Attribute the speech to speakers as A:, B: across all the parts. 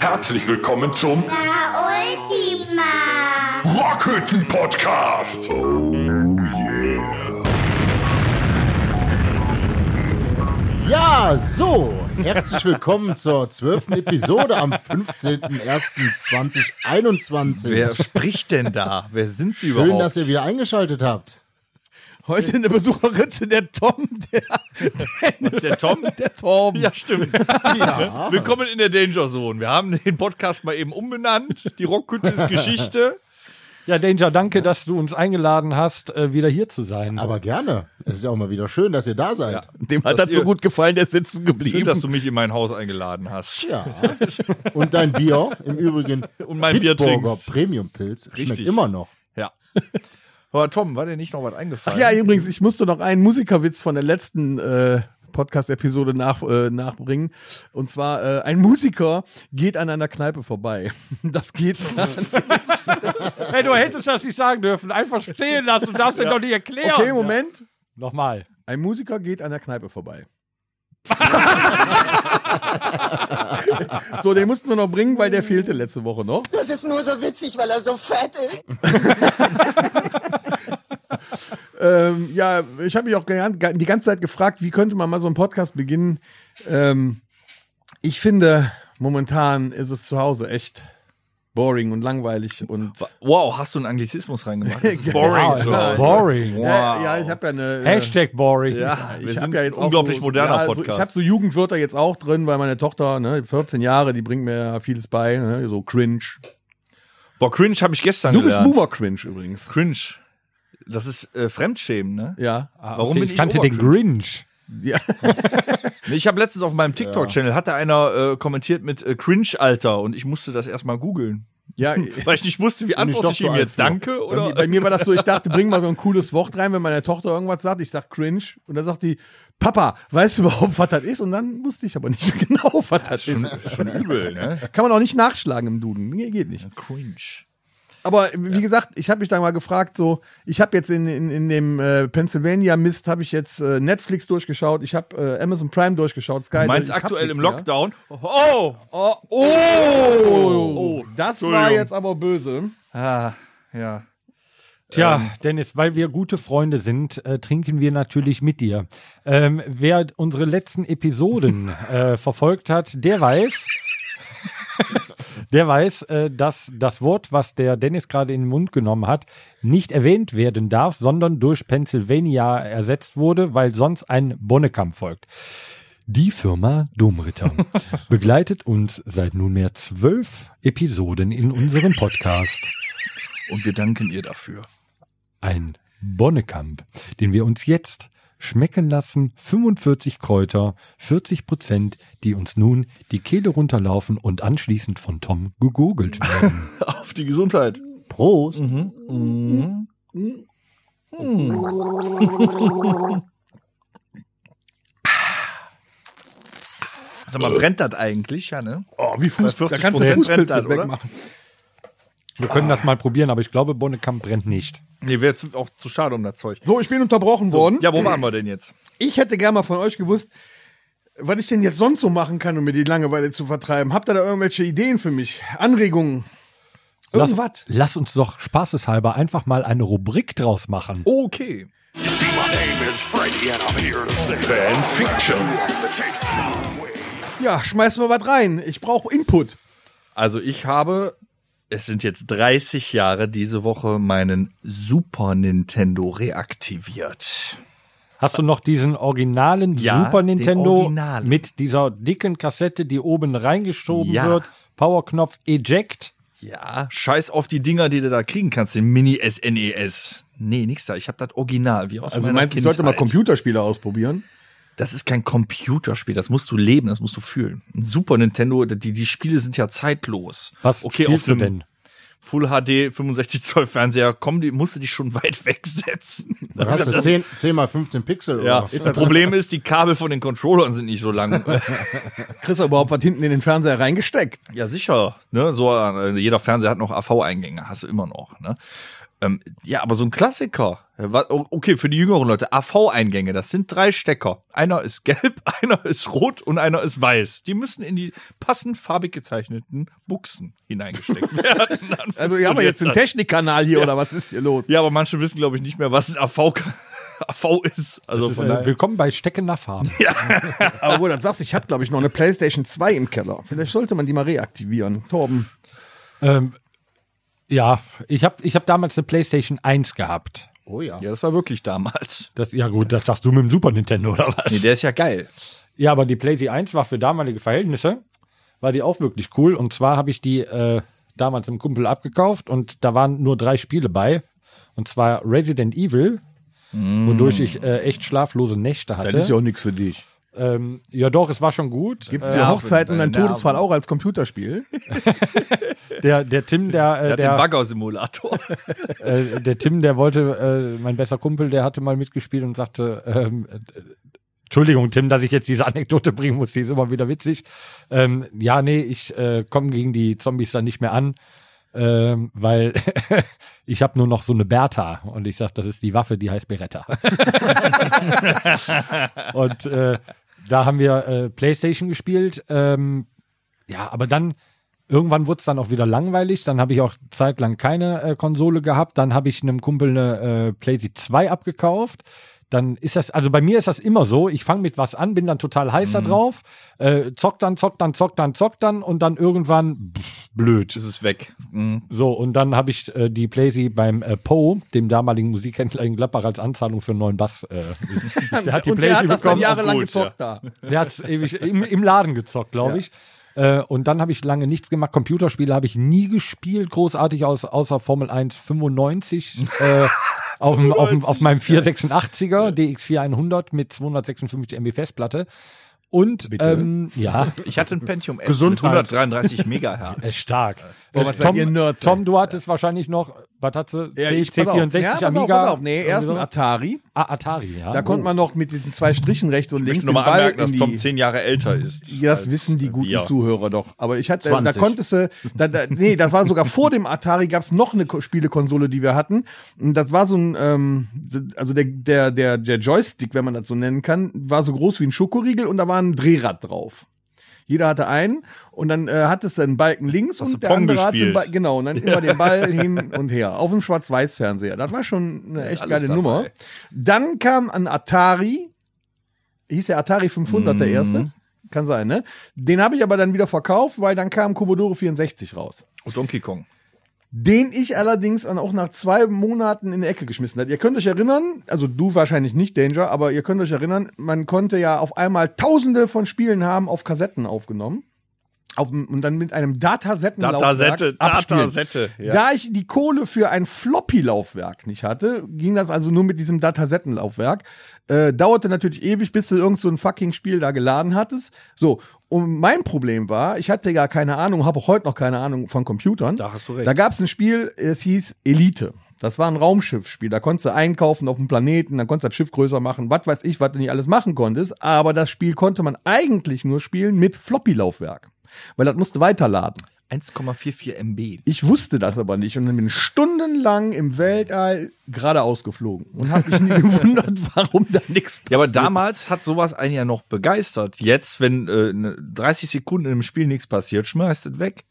A: Herzlich willkommen zum
B: La última.
A: Rockhütten Podcast. Oh yeah.
C: Ja, so, herzlich willkommen zur zwölften Episode am 15.01.2021.
D: Wer spricht denn da? Wer sind sie überhaupt?
C: Schön, dass ihr wieder eingeschaltet habt.
E: Heute eine Besucherin zu der Tom, der Dennis,
D: der Tom?
E: der Tom.
D: ja, stimmt. Willkommen in der Danger Zone. Wir haben den Podcast mal eben umbenannt. Die Rockhütte ist Geschichte.
F: Ja, Danger, danke, dass du uns eingeladen hast, äh, wieder hier zu sein.
C: Aber gerne. Es ist ja auch mal wieder schön, dass ihr da seid.
E: Dem hat das so
D: ihr-
E: gut gefallen, der ist sitzen
D: Schön,
E: geblieben.
D: dass du mich in mein Haus eingeladen hast.
C: Ja. Und dein Bier, im Übrigen
D: Und mein Bier
C: Bitburger
D: trinkst.
C: Premium-Pilz, schmeckt
D: Richtig.
C: immer noch.
D: Ja. Aber Tom, war dir nicht noch was eingefallen?
E: Ja, übrigens, ich musste noch einen Musikerwitz von der letzten äh, Podcast-Episode nach, äh, nachbringen. Und zwar, äh, ein Musiker geht an einer Kneipe vorbei. Das geht dann.
F: Hey, du hättest das nicht sagen dürfen. Einfach stehen lassen und darfst dir doch nicht erklären.
E: Okay, Moment.
F: Nochmal.
E: Ein Musiker geht an der Kneipe vorbei. so, den mussten wir noch bringen, weil der fehlte letzte Woche noch.
G: Das ist nur so witzig, weil er so fett ist.
E: Ähm, ja, ich habe mich auch geran- ga- die ganze Zeit gefragt, wie könnte man mal so einen Podcast beginnen. Ähm, ich finde, momentan ist es zu Hause echt boring und langweilig und
D: Wow, hast du einen Anglizismus reingemacht? Das ist boring.
F: Wow,
D: so.
F: das ist boring.
D: Wow.
E: ja, ja, ich habe ja eine äh,
F: Hashtag boring.
D: Ja, wir
E: ich
D: sind
E: habe ja jetzt auch
D: unglaublich
E: so,
D: moderner
E: ja,
D: Podcast.
E: So, ich habe so Jugendwörter jetzt auch drin, weil meine Tochter, ne, 14 Jahre, die bringt mir ja vieles bei, ne, so cringe.
D: Boah, Cringe habe ich gestern
E: Du bist
D: gelernt.
E: Mover cringe übrigens.
D: Cringe. Das ist äh, Fremdschämen, ne?
E: Ja.
F: Ah,
D: Warum
F: okay,
D: bin
F: ich
D: ich
F: kannte den Grinch.
E: ja.
D: Nee, Ich habe letztens auf meinem TikTok-Channel hatte einer äh, kommentiert mit äh, Cringe-Alter und ich musste das erstmal googeln.
E: Ja,
D: Weil ich nicht wusste, wie
C: Bin ich
D: antworte
C: doch
D: ich
C: so
D: ihm
C: alt
D: jetzt.
C: für.
D: Danke
E: Bei, mir-
D: oder?
E: bei mir war das so, ich dachte, bring mal so ein cooles Wort rein, wenn meine Tochter irgendwas sagt. Ich sag cringe. Und dann sagt die, Papa, weißt du überhaupt, was das ist? Und dann wusste ich aber nicht genau, was das ist.
D: Schon übel, ne?
E: Kann man auch nicht nachschlagen im Duden. Nee, geht nicht.
D: Cringe.
E: Aber wie gesagt, ich habe mich dann mal gefragt, so, ich habe jetzt in, in, in dem äh, Pennsylvania-Mist, habe ich jetzt äh, Netflix durchgeschaut, ich habe äh, Amazon Prime durchgeschaut, Sky.
D: Du meinst
E: ich hab
D: aktuell
E: nichts
D: im
E: mehr.
D: Lockdown? Oh!
E: Oh, oh,
D: Oh.
E: das war
D: Entschuldigung.
E: jetzt aber böse.
D: Ah, ja.
F: Tja, Dennis, weil wir gute Freunde sind, äh, trinken wir natürlich mit dir. Ähm, wer unsere letzten Episoden äh, verfolgt hat, der weiß, der weiß, äh, dass das Wort, was der Dennis gerade in den Mund genommen hat, nicht erwähnt werden darf, sondern durch Pennsylvania ersetzt wurde, weil sonst ein Bonnekamp folgt. Die Firma Domritter begleitet uns seit nunmehr zwölf Episoden in unserem Podcast
D: Und wir danken ihr dafür.
F: ein Bonnekamp, den wir uns jetzt schmecken lassen. 45 Kräuter, 40 Prozent, die uns nun die Kehle runterlaufen und anschließend von Tom gegurgelt werden.
D: Auf die Gesundheit.
C: Prost.
D: Mhm. Sag mal, brennt das eigentlich, ja, ne?
E: Oh, wie Fuß,
D: Bei 40%
E: da kannst du
D: brennt
E: Fußpilz
D: das,
E: mit
D: oder?
E: wegmachen.
F: Wir können das mal probieren, aber ich glaube, Bonnekamp brennt nicht.
D: Nee, wäre auch zu schade um das Zeug.
E: So, ich bin unterbrochen worden.
D: Ja, wo waren wir denn jetzt?
E: Ich hätte gerne mal von euch gewusst, was ich denn jetzt sonst so machen kann, um mir die Langeweile zu vertreiben. Habt ihr da irgendwelche Ideen für mich? Anregungen?
F: Lass,
E: Irgendwas?
F: lass uns doch spaßeshalber einfach mal eine Rubrik draus machen.
D: Oh. Okay.
A: You see, my name is Freddy and I'm here to say Fanfiction.
E: Ja, schmeiß mal was rein. Ich brauche Input.
D: Also ich habe, es sind jetzt 30 Jahre diese Woche meinen Super Nintendo reaktiviert.
F: Hast du noch diesen originalen
D: Ja,
F: Super
D: den
F: Nintendo
D: originalen.
F: mit dieser dicken Kassette, die oben reingeschoben
D: Ja.
F: wird? Powerknopf Eject.
D: Ja, scheiß auf die Dinger, die du da kriegen kannst, den Mini SNES. Nee, nix da. Ich habe das Original. Wie aus
E: Also
D: meiner
E: meinst du, ich sollte mal
D: Kindheit.
E: Computerspiele ausprobieren?
D: Das ist kein Computerspiel, das musst du leben, das musst du fühlen. Ein Super Nintendo, die, die Spiele sind ja zeitlos.
F: Was
D: okay, auf
F: spielst du
D: dem
F: denn?
D: Full HD 65 Zoll Fernseher, komm, die musst du dich schon weit wegsetzen.
C: Dann hast du 10, 10 mal 15 Pixel.
D: Ja,
C: Oder?
D: das Problem ist, die Kabel von den Controllern sind nicht so lang.
E: Kriegst du überhaupt was hinten in den Fernseher reingesteckt?
D: ja, sicher. Ne? So, äh, jeder Fernseher hat noch AV-Eingänge, hast du immer noch. Ne? Ähm, ja, aber so ein Klassiker. äh, Wa- o- Okay, für die jüngeren Leute. AV-Eingänge, das sind drei Stecker. Einer ist gelb, einer ist rot und einer ist weiß. Die müssen in die passend farbig gezeichneten Buchsen hineingesteckt werden. Dann
E: Also hier haben wir
D: funktioniert
E: jetzt den
D: das.
E: Technikkanal hier oder was ist hier los?
D: Ja, aber manche wissen, glaube ich, nicht mehr, was ein AV, kann- AV ist. Also
F: Das ist,
D: von
F: äh,
D: daher.
F: willkommen bei Stecken nach Farben.
E: Aber wo du das sagst, ich habe glaube ich noch eine PlayStation 2 im Keller. Vielleicht sollte man die mal reaktivieren. Torben.
F: Ähm, ja, ich habe ich hab damals eine PlayStation 1 gehabt.
C: Oh ja.
D: Ja, das war wirklich damals.
F: Das, ja gut, das sagst du mit dem Super Nintendo oder was?
D: Nee, der ist ja geil.
F: Ja, aber die PlayStation 1 war für damalige Verhältnisse, war die auch wirklich cool. Und zwar habe ich die äh, damals im Kumpel abgekauft und da waren nur drei Spiele bei. Und zwar Resident Evil, wodurch ich äh, echt schlaflose Nächte hatte.
E: auch nichts für dich.
F: ähm, ja doch, es war schon gut.
E: Gibt es
F: Äh,
E: für
D: Ja,
E: Hochzeiten und einen
D: deine
E: Todesfall
D: Narben.
E: auch als Computerspiel?
F: der, der Tim, der, äh,
D: Der, hat den
F: der,
D: Bagger-Simulator.
F: äh, der Tim, der wollte, äh, mein bester Kumpel, der hatte mal mitgespielt und sagte, ähm, äh, Entschuldigung, Tim, dass ich jetzt diese Anekdote bringen muss, die ist immer wieder witzig. Ähm, ja, nee, ich äh, komme gegen die Zombies dann nicht mehr an, ähm, weil ich habe nur noch so eine Bertha und ich sage, das ist die Waffe, die heißt Beretta. und äh, da haben wir äh, Playstation gespielt. Ähm, ja, aber dann irgendwann wurde es dann auch wieder langweilig. Dann habe ich auch zeitlang keine äh, Konsole gehabt. Dann habe ich einem Kumpel eine äh, PlayStation 2 abgekauft. Dann ist das, also bei mir ist das immer so, ich fange mit was an, bin dann total heiß da drauf, äh, zock dann, zock dann, zock dann, zock dann und dann irgendwann pff, blöd.
D: das ist weg. Mhm.
F: So, und dann habe ich äh, die Playsee beim äh, Poe, dem damaligen Musikhändler in Gladbach, als Anzahlung für einen neuen Bass. Äh, der hat die
E: und der
F: Playsee
E: hat das dann
F: bekommen.
E: jahrelang
D: gut,
E: gezockt da.
F: Der hat's ewig im, im Laden gezockt, glaube ich. Äh, und dann habe ich lange nichts gemacht. Computerspiele habe ich nie gespielt, großartig aus, außer Formel 1 95. Äh, auf, dem, auf, dem, auf meinem 486er DX4100 mit 256 MB Festplatte. Und, ähm, ja,
D: Ich hatte ein Pentium S
C: Gesundheit.
D: mit 133 Megahertz.
F: Äh, Stark.
E: Boah, was seid ihr Nerds, ey.
F: Tom, du hattest wahrscheinlich noch, was hat sie? C,
E: pass auf.
F: C64
E: ja, pass auf,
F: Amiga?
E: pass auf. Nee,
F: irgendwie
E: erst ein
F: sowas?
E: Atari.
F: ah, Atari, ja.
E: Da konnte man noch mit diesen zwei Strichen rechts und links
D: Nur
E: den
D: mal
E: Ball
D: anmerken,
E: in
D: dass Tom
E: die...
D: zehn Jahre älter ist.
E: Ja, das
D: als äh,
E: wissen die guten
D: wir.
E: Zuhörer doch. Aber ich hatte, da
C: 20.
E: konntest du, da, da, nee, das war sogar vor dem Atari gab's noch eine Ko- Spielekonsole, die wir hatten. Und das war so ein, ähm, d- also der, der, der, der Joystick, wenn man das so nennen kann, war so groß wie ein Schokoriegel und da war ein Drehrad drauf. Jeder hatte einen und dann äh, hattest du einen Balken links
D: Hast
E: und
D: du
E: der
D: Pong
E: andere hatte einen
D: gespielt?
E: Balken, genau, und dann immer den Ball hin und her. Auf dem Schwarz-Weiß-Fernseher. Das war schon eine
D: ist
E: echt
D: alles
E: geile
D: dabei.
E: Nummer. Dann kam ein Atari, hieß der Atari 500 der
D: Mhm.
E: erste? Kann sein, ne? Den habe ich aber dann wieder verkauft, weil dann kam Commodore 64 raus.
D: Und Donkey Kong.
E: Den ich allerdings dann auch nach zwei Monaten in die Ecke geschmissen hat. Ihr könnt euch erinnern, also du wahrscheinlich nicht, Danger, aber ihr könnt euch erinnern, man konnte ja auf einmal tausende von Spielen haben auf Kassetten aufgenommen. Auf, dem- und dann mit einem Datasettenlaufwerk
D: Datasette,
E: abspielen.
D: Datasette. Ja.
E: Da ich die Kohle für ein Floppy-Laufwerk nicht hatte, ging das also nur mit diesem Datasettenlaufwerk. Äh, dauerte natürlich ewig, bis du irgend so ein fucking Spiel da geladen hattest. So, und mein Problem war, ich hatte gar keine Ahnung, habe auch heute noch keine Ahnung von Computern.
D: Da hast du recht.
E: Da gab es ein Spiel, es hieß Elite. Das war ein Raumschiffsspiel. Da konntest du einkaufen auf dem Planeten, dann konntest du das Schiff größer machen, was weiß ich, was du nicht alles machen konntest. Aber das Spiel konnte man eigentlich nur spielen mit Floppy-Laufwerk. Weil das musste weiterladen.
D: 1,44 MB.
E: Ich wusste das aber nicht und bin stundenlang im Weltall geradeaus geflogen und habe mich nie gewundert, warum da nichts
D: Ja, aber damals hat sowas einen ja noch begeistert. Jetzt, wenn äh, ne- 30 Sekunden im Spiel nichts passiert, schmeißt es weg.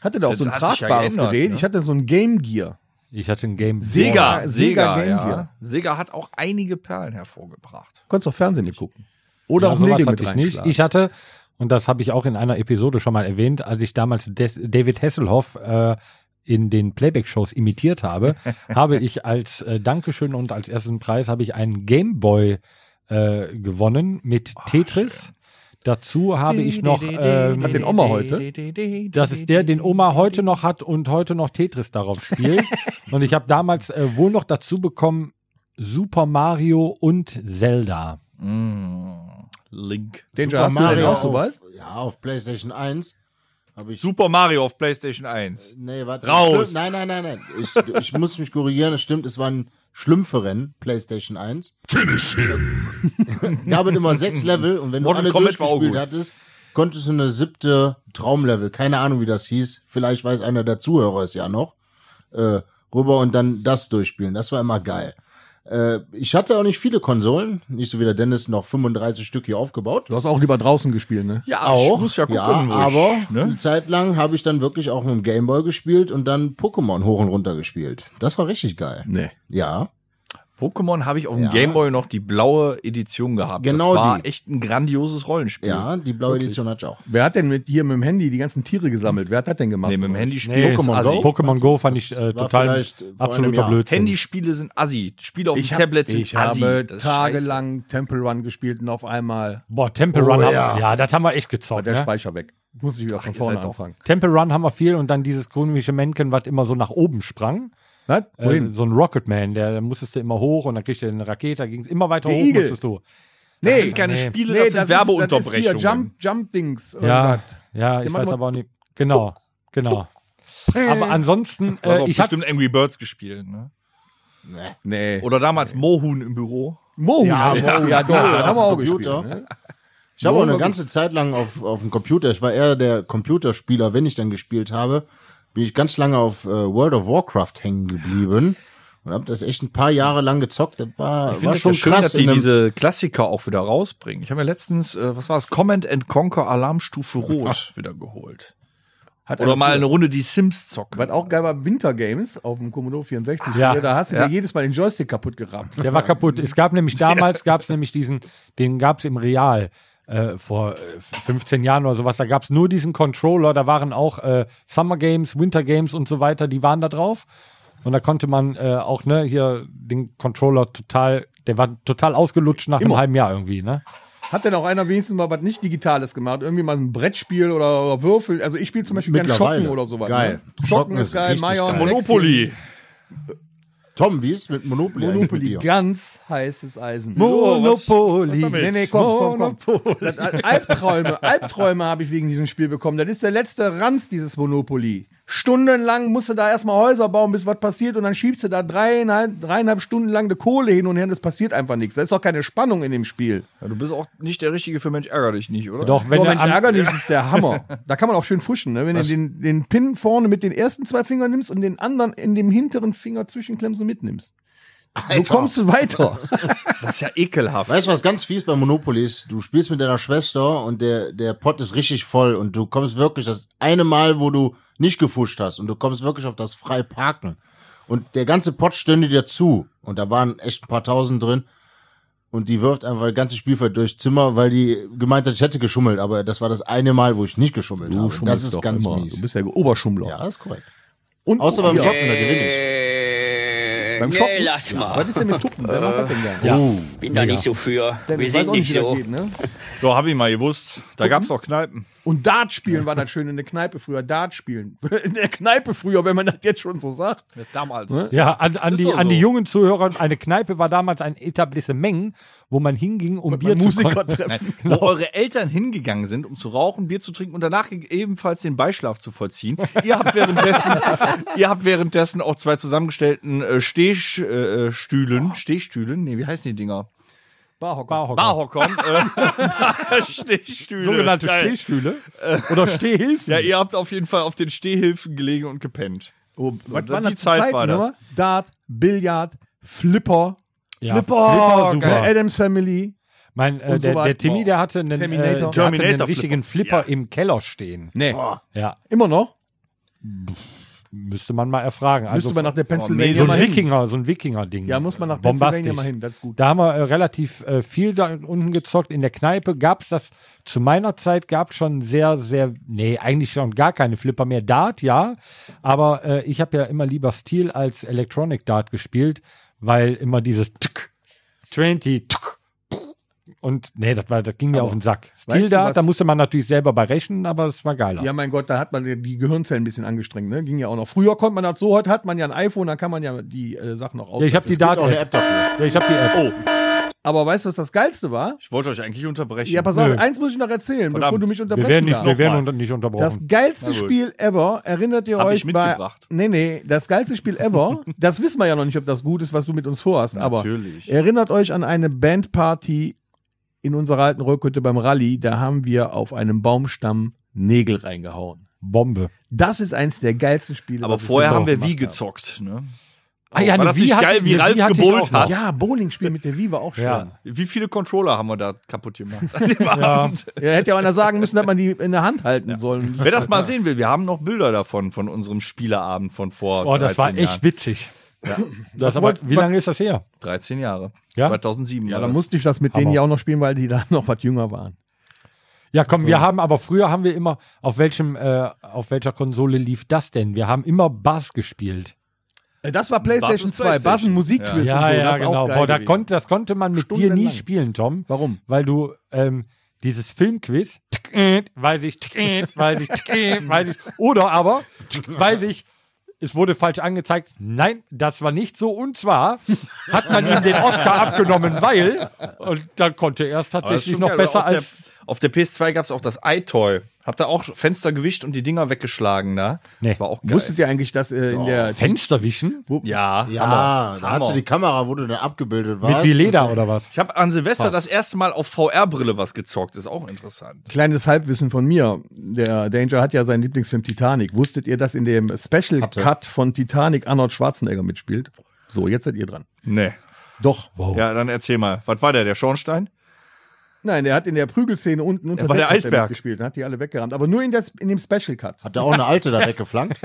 E: Hatte da auch so ein
D: Das hat sich ja
E: tragbares
D: geändert,
E: Gerät.
D: ne?
E: Ich hatte so ein Game Gear.
F: ich hatte ein Game.
E: Sega,
D: Sega,
E: Sega
D: Sega,
E: Game
D: ja.
E: Gear.
D: Sega hat auch einige Perlen hervorgebracht.
E: Konntest auch Fernsehen mit gucken. Oder
F: ja,
E: auch
F: sowas
E: Medien
F: hatte
E: mit
F: ich nicht.
E: reinschlagen.
F: Ich hatte, und das habe ich auch in einer Episode schon mal erwähnt, als ich damals Des David Hasselhoff äh, in den Playback-Shows imitiert habe, habe ich als äh, Dankeschön und als ersten Preis habe ich einen Gameboy äh, gewonnen mit Tetris. Dazu habe ich noch ähm,
E: Hat den Oma heute?
F: Das ist der, den Oma heute noch hat und heute noch Tetris darauf spielt. und ich habe damals äh, wohl noch dazu bekommen Super Mario und Zelda.
D: Mm, Link.
E: Danger, hast du den auch so weit?
C: auf, ja, auf PlayStation 1 habe ich.
D: Super Mario auf PlayStation 1.
C: Nee, warte.
D: Raus!
C: Schlim- Nein, nein, nein, nein. Ich, ich muss mich korrigieren, das stimmt, es waren Schlümpferen, PlayStation 1. Finish him! Gab es immer sechs Level und wenn du
D: Mortal
C: alle
D: Kombat war auch
C: durchgespielt
D: gut.
C: hattest, konntest du eine siebte Traumlevel. Keine Ahnung, wie das hieß. Vielleicht weiß einer der Zuhörer es ja noch. Äh, rüber und dann das durchspielen. Das war immer geil. Äh, ich hatte auch nicht viele Konsolen, nicht so wie der Dennis noch 35 Stück hier aufgebaut.
E: Du hast auch lieber draußen gespielt, ne?
D: Ja,
C: Auch,
D: ich muss ja gucken, wo ich,
C: aber eine
D: ne?
C: Zeit lang habe ich dann wirklich auch mit dem Gameboy gespielt und dann Pokémon hoch und runter gespielt. Das war richtig geil.
D: Ne.
E: Nee.
C: Ja,
D: Pokémon habe ich auf dem
C: Ja.
D: Gameboy noch die blaue Edition gehabt.
C: Genau
D: das war
C: die.
D: echt ein grandioses Rollenspiel.
C: ja, die blaue Edition hatte ich auch.
E: Wer hat denn mit hier mit dem Handy die ganzen Tiere gesammelt? Wer hat das denn gemacht?
D: Nee, mit dem Handy
F: Nee,
C: Pokémon
D: ist assi.
C: Go?
F: also Pokémon Go fand ich äh,
C: war
F: total
C: vielleicht vor einem
F: absoluter
C: Jahr.
F: Blödsinn.
D: Handyspiele sind assi. Spiele auf
E: Ich,
D: dem
E: hab,
D: Tablet sind
E: ich
D: assi.
E: habe
D: Das ist
E: tagelang Temple Run gespielt und auf einmal
F: Boah, Temple
C: Oh,
F: Run, haben,
C: ja.
F: ja. ja, das haben wir echt
E: war
F: gezockt.
E: der
F: Ne?
E: Speicher weg. Muss ich wieder von
D: ihr
E: vorne
D: seid doch-
E: anfangen.
F: Temple Run haben wir viel und dann dieses komische Männchen, was immer so nach oben sprang.
E: Was?
F: Äh,
E: Wohin?
F: so ein Rocketman, der, der musstest du immer hoch und dann kriegst du eine Rakete, da ging es immer weiter
E: Der
F: hoch,
E: Igel.
F: musstest du.
D: Das sind keine Spiele, das sind
E: Das
D: Werbeunterbrechungen.
E: ist hier Jump, Jump Dings.
F: Ja, ja, ich weiß
E: Der macht Oh immer-
F: aber auch nicht. Genau, genau. Aber ansonsten,
D: Du hast auch
F: äh, ich hab,
D: bestimmt Angry Birds gespielt, ne?
E: Nee.
D: Oder damals Mohun im Büro. genau.
E: Mohun.
C: Ja,
E: Ja,
C: Mohun.
E: ja, doch,
C: Ja,
E: das
C: auf
E: haben wir
C: dem
E: auch gespielt.
C: Computer.
E: Ne?
C: Ich habe auch
E: Nur
C: eine
E: mal-
C: ganze Zeit lang auf, auf dem Computer, ich war eher der Computerspieler, wenn ich dann gespielt habe, bin ich ganz lange auf äh, World of Warcraft hängen geblieben und habe das echt ein paar Jahre lang gezockt. Das war,
D: Ich
C: war
D: finde es ja
C: schon
D: schön,
C: krass.
D: dass
C: in
D: die
C: einem-
D: diese Klassiker auch wieder rausbringen. Ich habe mir letztens, äh, was war es, Command and Conquer Alarmstufe Rot wieder geholt.
E: Hat
D: Oder
E: einer
D: mal
E: früher-
D: eine Runde die Sims zocken.
E: Was auch geil war, Winter Games auf dem Commodore 64.
F: Ja.
E: hier, Da hast du
D: Ja.
E: dir jedes Mal den Joystick kaputt gerappt.
F: der war kaputt. Es gab nämlich damals, gab es nämlich diesen, den gab es im Real äh, vor äh, 15 Jahren oder sowas. Da gab es nur diesen Controller, da waren auch äh, Summer Games, Winter Games und so weiter, die waren da drauf. Und da konnte man äh, auch, ne, hier den Controller total, der war total ausgelutscht nach einem halben Jahr irgendwie, ne?
E: Hat denn auch einer wenigstens mal was nicht Digitales gemacht? Irgendwie mal ein Brettspiel oder, oder Würfel? Also ich spiele zum Beispiel gerne
C: Mittlerweile.
E: Schocken oder sowas.
C: Geil.
E: Ne? Schocken ist geil,
C: richtig
E: Major.
C: geil.
D: Monopoly.
C: Tom, wie ist mit Monopoly? eigentlich mit
E: Monopoly,
C: dir?
E: ganz heißes Eisen.
F: Monopoly.
E: Nee, nee, komm, komm, komm. Das, äh, Albträume, Albträume habe ich wegen diesem Spiel bekommen. Das ist der letzte Ranz, dieses Monopoly. Stundenlang musst du da erstmal Häuser bauen, bis was passiert und dann schiebst du da dreieinhalb, dreieinhalb Stunden lang eine Kohle hin und her und es passiert einfach nichts. Da ist doch keine Spannung in dem Spiel.
D: Ja, du bist auch nicht der richtige für Mensch, ärger dich nicht, oder?
F: Doch, wenn
E: Wenn
F: du
E: Boah, Mensch,
F: an-
E: ärgerlich ist der Hammer. Da kann man auch schön fuschen, ne? wenn du den, den Pin vorne mit den ersten zwei Fingern nimmst und den anderen in dem hinteren Finger zwischenklemmst und mitnimmst. So kommst du weiter.
D: Das ist ja ekelhaft.
C: Weißt du, was ganz fies bei Monopoly ist? Du spielst mit deiner Schwester und der, der Pott ist richtig voll und du kommst wirklich das eine Mal, wo du nicht gefuscht hast und du kommst wirklich auf das frei parken. Und der ganze Pott stünde dir zu und da waren echt ein paar tausend drin und die wirft einfach das ganze Spielfeld durchs Zimmer, weil die gemeint hat, ich hätte geschummelt, aber das war das eine Mal, wo ich nicht geschummelt habe. Das ist ganz
E: Du
C: mies.
E: bist ja Oberschummler.
C: Ja, ist korrekt.
E: Und oh
C: Außer beim Shoppen, da gewinne ich.
G: Äh,
E: Beim Shoppen? lass mal. Was ist denn mit Tuppen? Wer macht das denn gerne? Oh. Ja,
G: Bin da nicht so für. Wir
E: ich weiß
G: sind
E: auch
G: nicht
E: wie das
G: so.
E: geht, ne?
D: Doch, hab ich mal gewusst. Da gab's doch Kneipen.
E: Und Dart spielen war das Schöne in der Kneipe früher. Dart spielen. In der Kneipe früher, wenn man das jetzt schon so sagt.
D: damals.
F: Ja, an, an,
D: Ist
F: die,
D: doch so.
F: an die jungen Zuhörer, eine Kneipe war damals ein Etablissement, wo man hinging, um Bier
E: Man
F: zu
E: Musiker
F: kon-
E: treffen.
D: Wo eure Eltern hingegangen sind, um zu rauchen, Bier zu trinken und danach ebenfalls den Beischlaf zu vollziehen. Ihr habt währenddessen, ihr habt währenddessen auf zwei zusammengestellten äh, Stehsch, äh, Stühlen, Stehstühlen, nee, wie heißen die Dinger?
E: Barhocker.
F: Barhocker.
D: Barhockern, äh, Stehstühle.
F: Sogenannte
D: Geil.
F: Stehstühle oder Stehhilfen.
D: Ja, ihr habt auf jeden Fall auf den Stehhilfen gelegen und gepennt.
E: Oh, was
D: die
E: waren das für
D: Zeit
E: Zeiten,
D: war das.
E: ne? Dart, Billard, Flipper,
F: Ja,
D: Flipper,
F: super.
E: äh, Adams Family.
F: Mein, äh,
E: Und so
F: der,
E: weiter.
F: der Timmy, der hatte einen, äh,
E: Terminator.
F: der hatte einen
D: Terminator-Flipper.
F: richtigen Flipper im Keller stehen.
E: Nee.
F: Ja,
E: Immer noch?
F: müsste man mal erfragen. Also
E: Müsste man nach der Pennsylvania
F: so
E: mal
F: ein
E: hin.
F: Wikinger, so ein Wikinger-Ding.
E: Ja, muss man nach Pennsylvania
F: Bombastisch.
E: mal hin. Das ist gut.
F: Da haben wir äh, relativ äh, viel da unten gezockt. In der Kneipe gab es das, zu meiner Zeit gab es schon sehr, sehr, nee, eigentlich schon gar keine Flipper mehr. Dart, ja, aber äh, ich habe ja immer lieber Steel als Electronic Dart gespielt, weil immer dieses Tück, 20, Tück, und nee, das, war, das ging mir
E: Aber
F: auf den Sack.
E: weißt
F: Steel
E: du was?
F: Dart, da musste man natürlich selber bei rechnen, aber es war geiler.
E: Ja, mein Gott, da hat man die Gehirnzellen ein bisschen angestrengt, ne? Ging ja auch noch. Früher konnte man das so, heute hat man ja ein iPhone, da kann man ja die äh, Sachen noch aus.
F: Ja, ich habe die
C: Gibt auch eine
F: Dart-App.
C: App dafür.
F: Ja, ich habe die App.
D: Oh,
E: Aber weißt du, was das Geilste war?
D: ich wollte euch eigentlich unterbrechen.
E: Ja, pass auf,
F: Nö.
E: eins muss ich noch erzählen, bevor
D: Verdammt.
E: du mich
F: wir
E: unterbrechen
F: werden nicht, wir
E: darfst.
F: werden unter, nicht
E: Das
F: unterbrochen.
E: geilste
D: Na gut.
E: Spiel ever, erinnert ihr
D: Hab
E: euch
D: ich mitgebracht.
E: bei. Nee, nee, das geilste Spiel ever, das wissen wir ja noch nicht, ob das gut ist, was du mit uns vorhast, aber
D: Natürlich.
E: erinnert euch an eine Bandparty in unserer alten Röhrkütte beim Rallye, da haben wir auf einem Baumstamm Nägel reingehauen.
F: Bombe.
E: Das ist eins der geilsten Spiele.
D: Aber
E: was ich
D: vorher
E: bisher
D: haben wir
E: gemacht
D: wie
E: habe.
D: gezockt, ne?
F: Ah ja,
D: war
F: eine
D: das
F: Wii
D: nicht
F: hatte-
D: geil, wie
F: eine Wii
D: Ralf
F: hatte ich
D: gebollt
F: auch noch.
D: hat?
E: Ja, Bowling-Spiel mit der Wii war auch schön.
F: Ja.
E: Ja.
D: Wie viele Controller haben wir da kaputt gemacht?
E: hätte ja einer sagen müssen, dass man die in der Hand halten sollen.
D: Wer das mal sehen will, wir haben noch Bilder davon von unserem Spielerabend von vor
F: Oh, das war
D: 13
F: echt
D: Jahren.
F: witzig. Das aber,
E: wolltest-
F: wie lange ist das her?
D: 13 Jahre.
F: Ja?
D: 2007.
E: Ja,
D: war
E: dann
D: das.
E: musste ich das mit denen ja auch noch spielen, weil die da noch was jünger waren.
F: Ja, komm, wir haben aber früher haben wir immer auf welchem äh, auf welcher Konsole lief das denn? Wir haben immer Bass gespielt.
E: Äh, Das war
D: Bass
E: PlayStation
D: ist
E: 2, Bass
D: PlayStation.
E: ein Musikquiz
F: Ja,
E: und so.
F: ja,
E: das ist
F: genau.
E: Auch geil
F: Boah, da
E: gewesen.
F: konnte, das konnte man mit dir nie
E: Stundenlang.
F: spielen, Tom.
E: Warum?
F: Weil du ähm, dieses Filmquiz, tick, äh, weiß ich, tick, äh, weiß ich, tick, äh, weiß ich, oder aber, tick, weiß ich, es wurde falsch angezeigt. Nein, das war nicht so. Und zwar hat man ihm den Oscar abgenommen, weil, und dann konnte er es
D: Aber das ist
F: tatsächlich
D: schon
F: noch
D: geil,
F: besser
D: auf der-
F: als.
D: Auf der PS2 gab es auch das iToy. Habt ihr auch Fenster gewischt und die Dinger weggeschlagen, da?
F: Nee.
D: Das war auch geil.
E: Wusstet ihr eigentlich, dass äh, in der
F: Fenster wischen?
D: ja,
C: Ja,
D: Hammer.
C: da
D: Hammer.
C: hast du die Kamera, wo du dann abgebildet warst.
F: Mit wie Leder oder was?
D: Ich habe an Silvester das erste Mal auf VR-Brille was gezockt. Ist auch interessant.
E: kleines Halbwissen von mir, der Danger hat ja seinen Lieblingsfilm Titanic. Wusstet ihr, dass in dem Special Cut von Titanic Arnold Schwarzenegger mitspielt? So, jetzt seid ihr dran.
D: Nee.
E: Doch.
D: Ja, dann erzähl mal. Was war der, der Schornstein?
E: Nein, der hat in der Prügelszene unten unter
D: war der
E: hat er
D: Eisberg.
E: mitgespielt, hat die alle weggerammt. Aber nur in, das, in dem Special Cut.
C: Hat der auch eine alte da weggeflankt?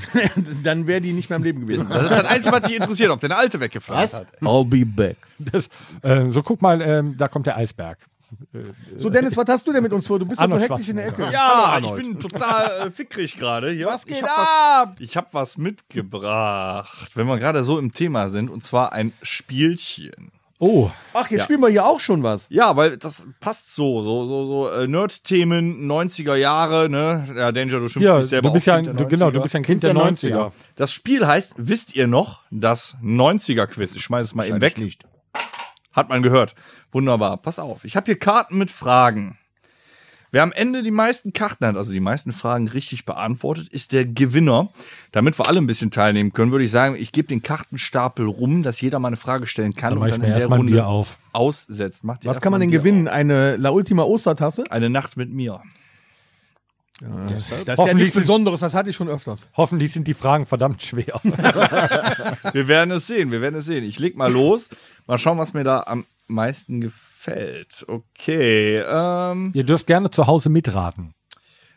E: Dann wäre die nicht mehr im Leben gewesen.
D: Das ist das Einzige, was mich interessiert, ob der eine alte weggefallen
C: Was?
D: hat.
E: I'll be back.
F: Das, ähm, so, guck mal, ähm, da kommt der Eisberg.
E: So, Dennis, was hast du denn mit uns vor? Du bist ja so
F: Arnold
E: hektisch in der Ecke.
F: Schwarzenegger.
D: Ja, ich bin total äh, fickrig gerade. hier.
E: Was geht
D: ich hab
E: ab?
D: Was, ich habe was mitgebracht, wenn wir gerade so im Thema sind, und zwar ein Spielchen.
F: Oh,
E: Ach, jetzt spielen wir hier auch schon was.
D: Ja, weil das passt so, so, so, so äh, Nerd-Themen 90er Jahre, ne? Ja, Danger, du schimpfst
F: ja,
D: dich selber
F: du bist
D: auch
F: ja ein,
D: Kind
F: du,
D: der
F: genau, du
D: 90er.
F: bist ja ein Kind der
C: der
F: 90er.
D: Das Spiel heißt, wisst ihr noch, das 90er-Quiz. Ich schmeiß es mal eben weg.
C: Nicht.
D: Hat man gehört. Wunderbar. Pass auf. Ich habe hier Karten mit Fragen. Wer am Ende die meisten Karten hat, also die meisten Fragen richtig beantwortet, ist der Gewinner. Damit wir alle ein bisschen teilnehmen können, würde ich sagen, ich gebe den Kartenstapel rum, dass jeder mal eine Frage stellen kann
F: Dann mach
D: und
F: ich
D: dann
F: mir
D: in der
F: erstmal ein Bier
D: Runde
F: auf.
D: aussetzt. Macht ihr
E: Was
D: erst
E: kann
D: mal
E: man
D: ein
E: denn
D: Bier
E: gewinnen? Eine La Ultima Ostertasse?
D: auf. Eine Nacht mit mir.
E: Das ist ja
F: Hoffentlich
E: nichts
F: sind-
E: Besonderes, das hatte ich schon öfters.
F: Hoffentlich sind die Fragen verdammt schwer.
D: Wir werden es sehen, wir werden es sehen. Ich leg mal los. Mal schauen, was mir da am meisten gefällt. Okay. Ähm,
F: Ihr dürft gerne zu Hause mitraten.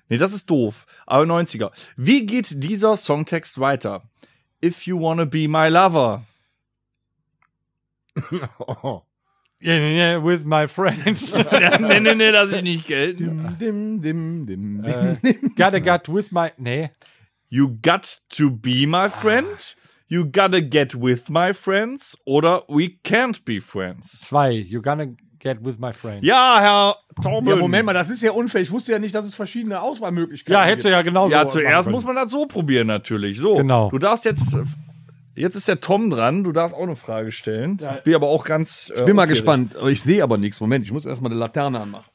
D: Nee, das ist doof. Aber 90er. Wie geht dieser Songtext weiter? If you wanna be my lover.
C: Oh.
F: Yeah, yeah, with my friends.
D: nee, nee, nee, lass ich nicht gelten.
E: Dim, dim, dim, dim,
F: äh,
E: dim, dim.
F: gotta get with my. Nee.
D: You got to be my friend. You gotta get with my friends. Oder we can't be friends.
F: Zwei. You gonna get with my friends.
D: Ja, Herr Torben.
E: Ja, Moment mal, das ist ja unfair. Ich wusste ja nicht, dass es verschiedene Auswahlmöglichkeiten
F: ja hätte
E: gibt.
F: ja genauso.
D: Ja, zuerst muss man das so probieren, natürlich. So.
F: Genau.
D: Du darfst jetzt. Jetzt ist der Tom dran. Du darfst auch eine Frage stellen. Ich bin aber auch ganz. äh,
E: Ich bin mal gespannt. Aber Ich sehe aber nichts. Moment, ich muss erstmal eine Laterne anmachen.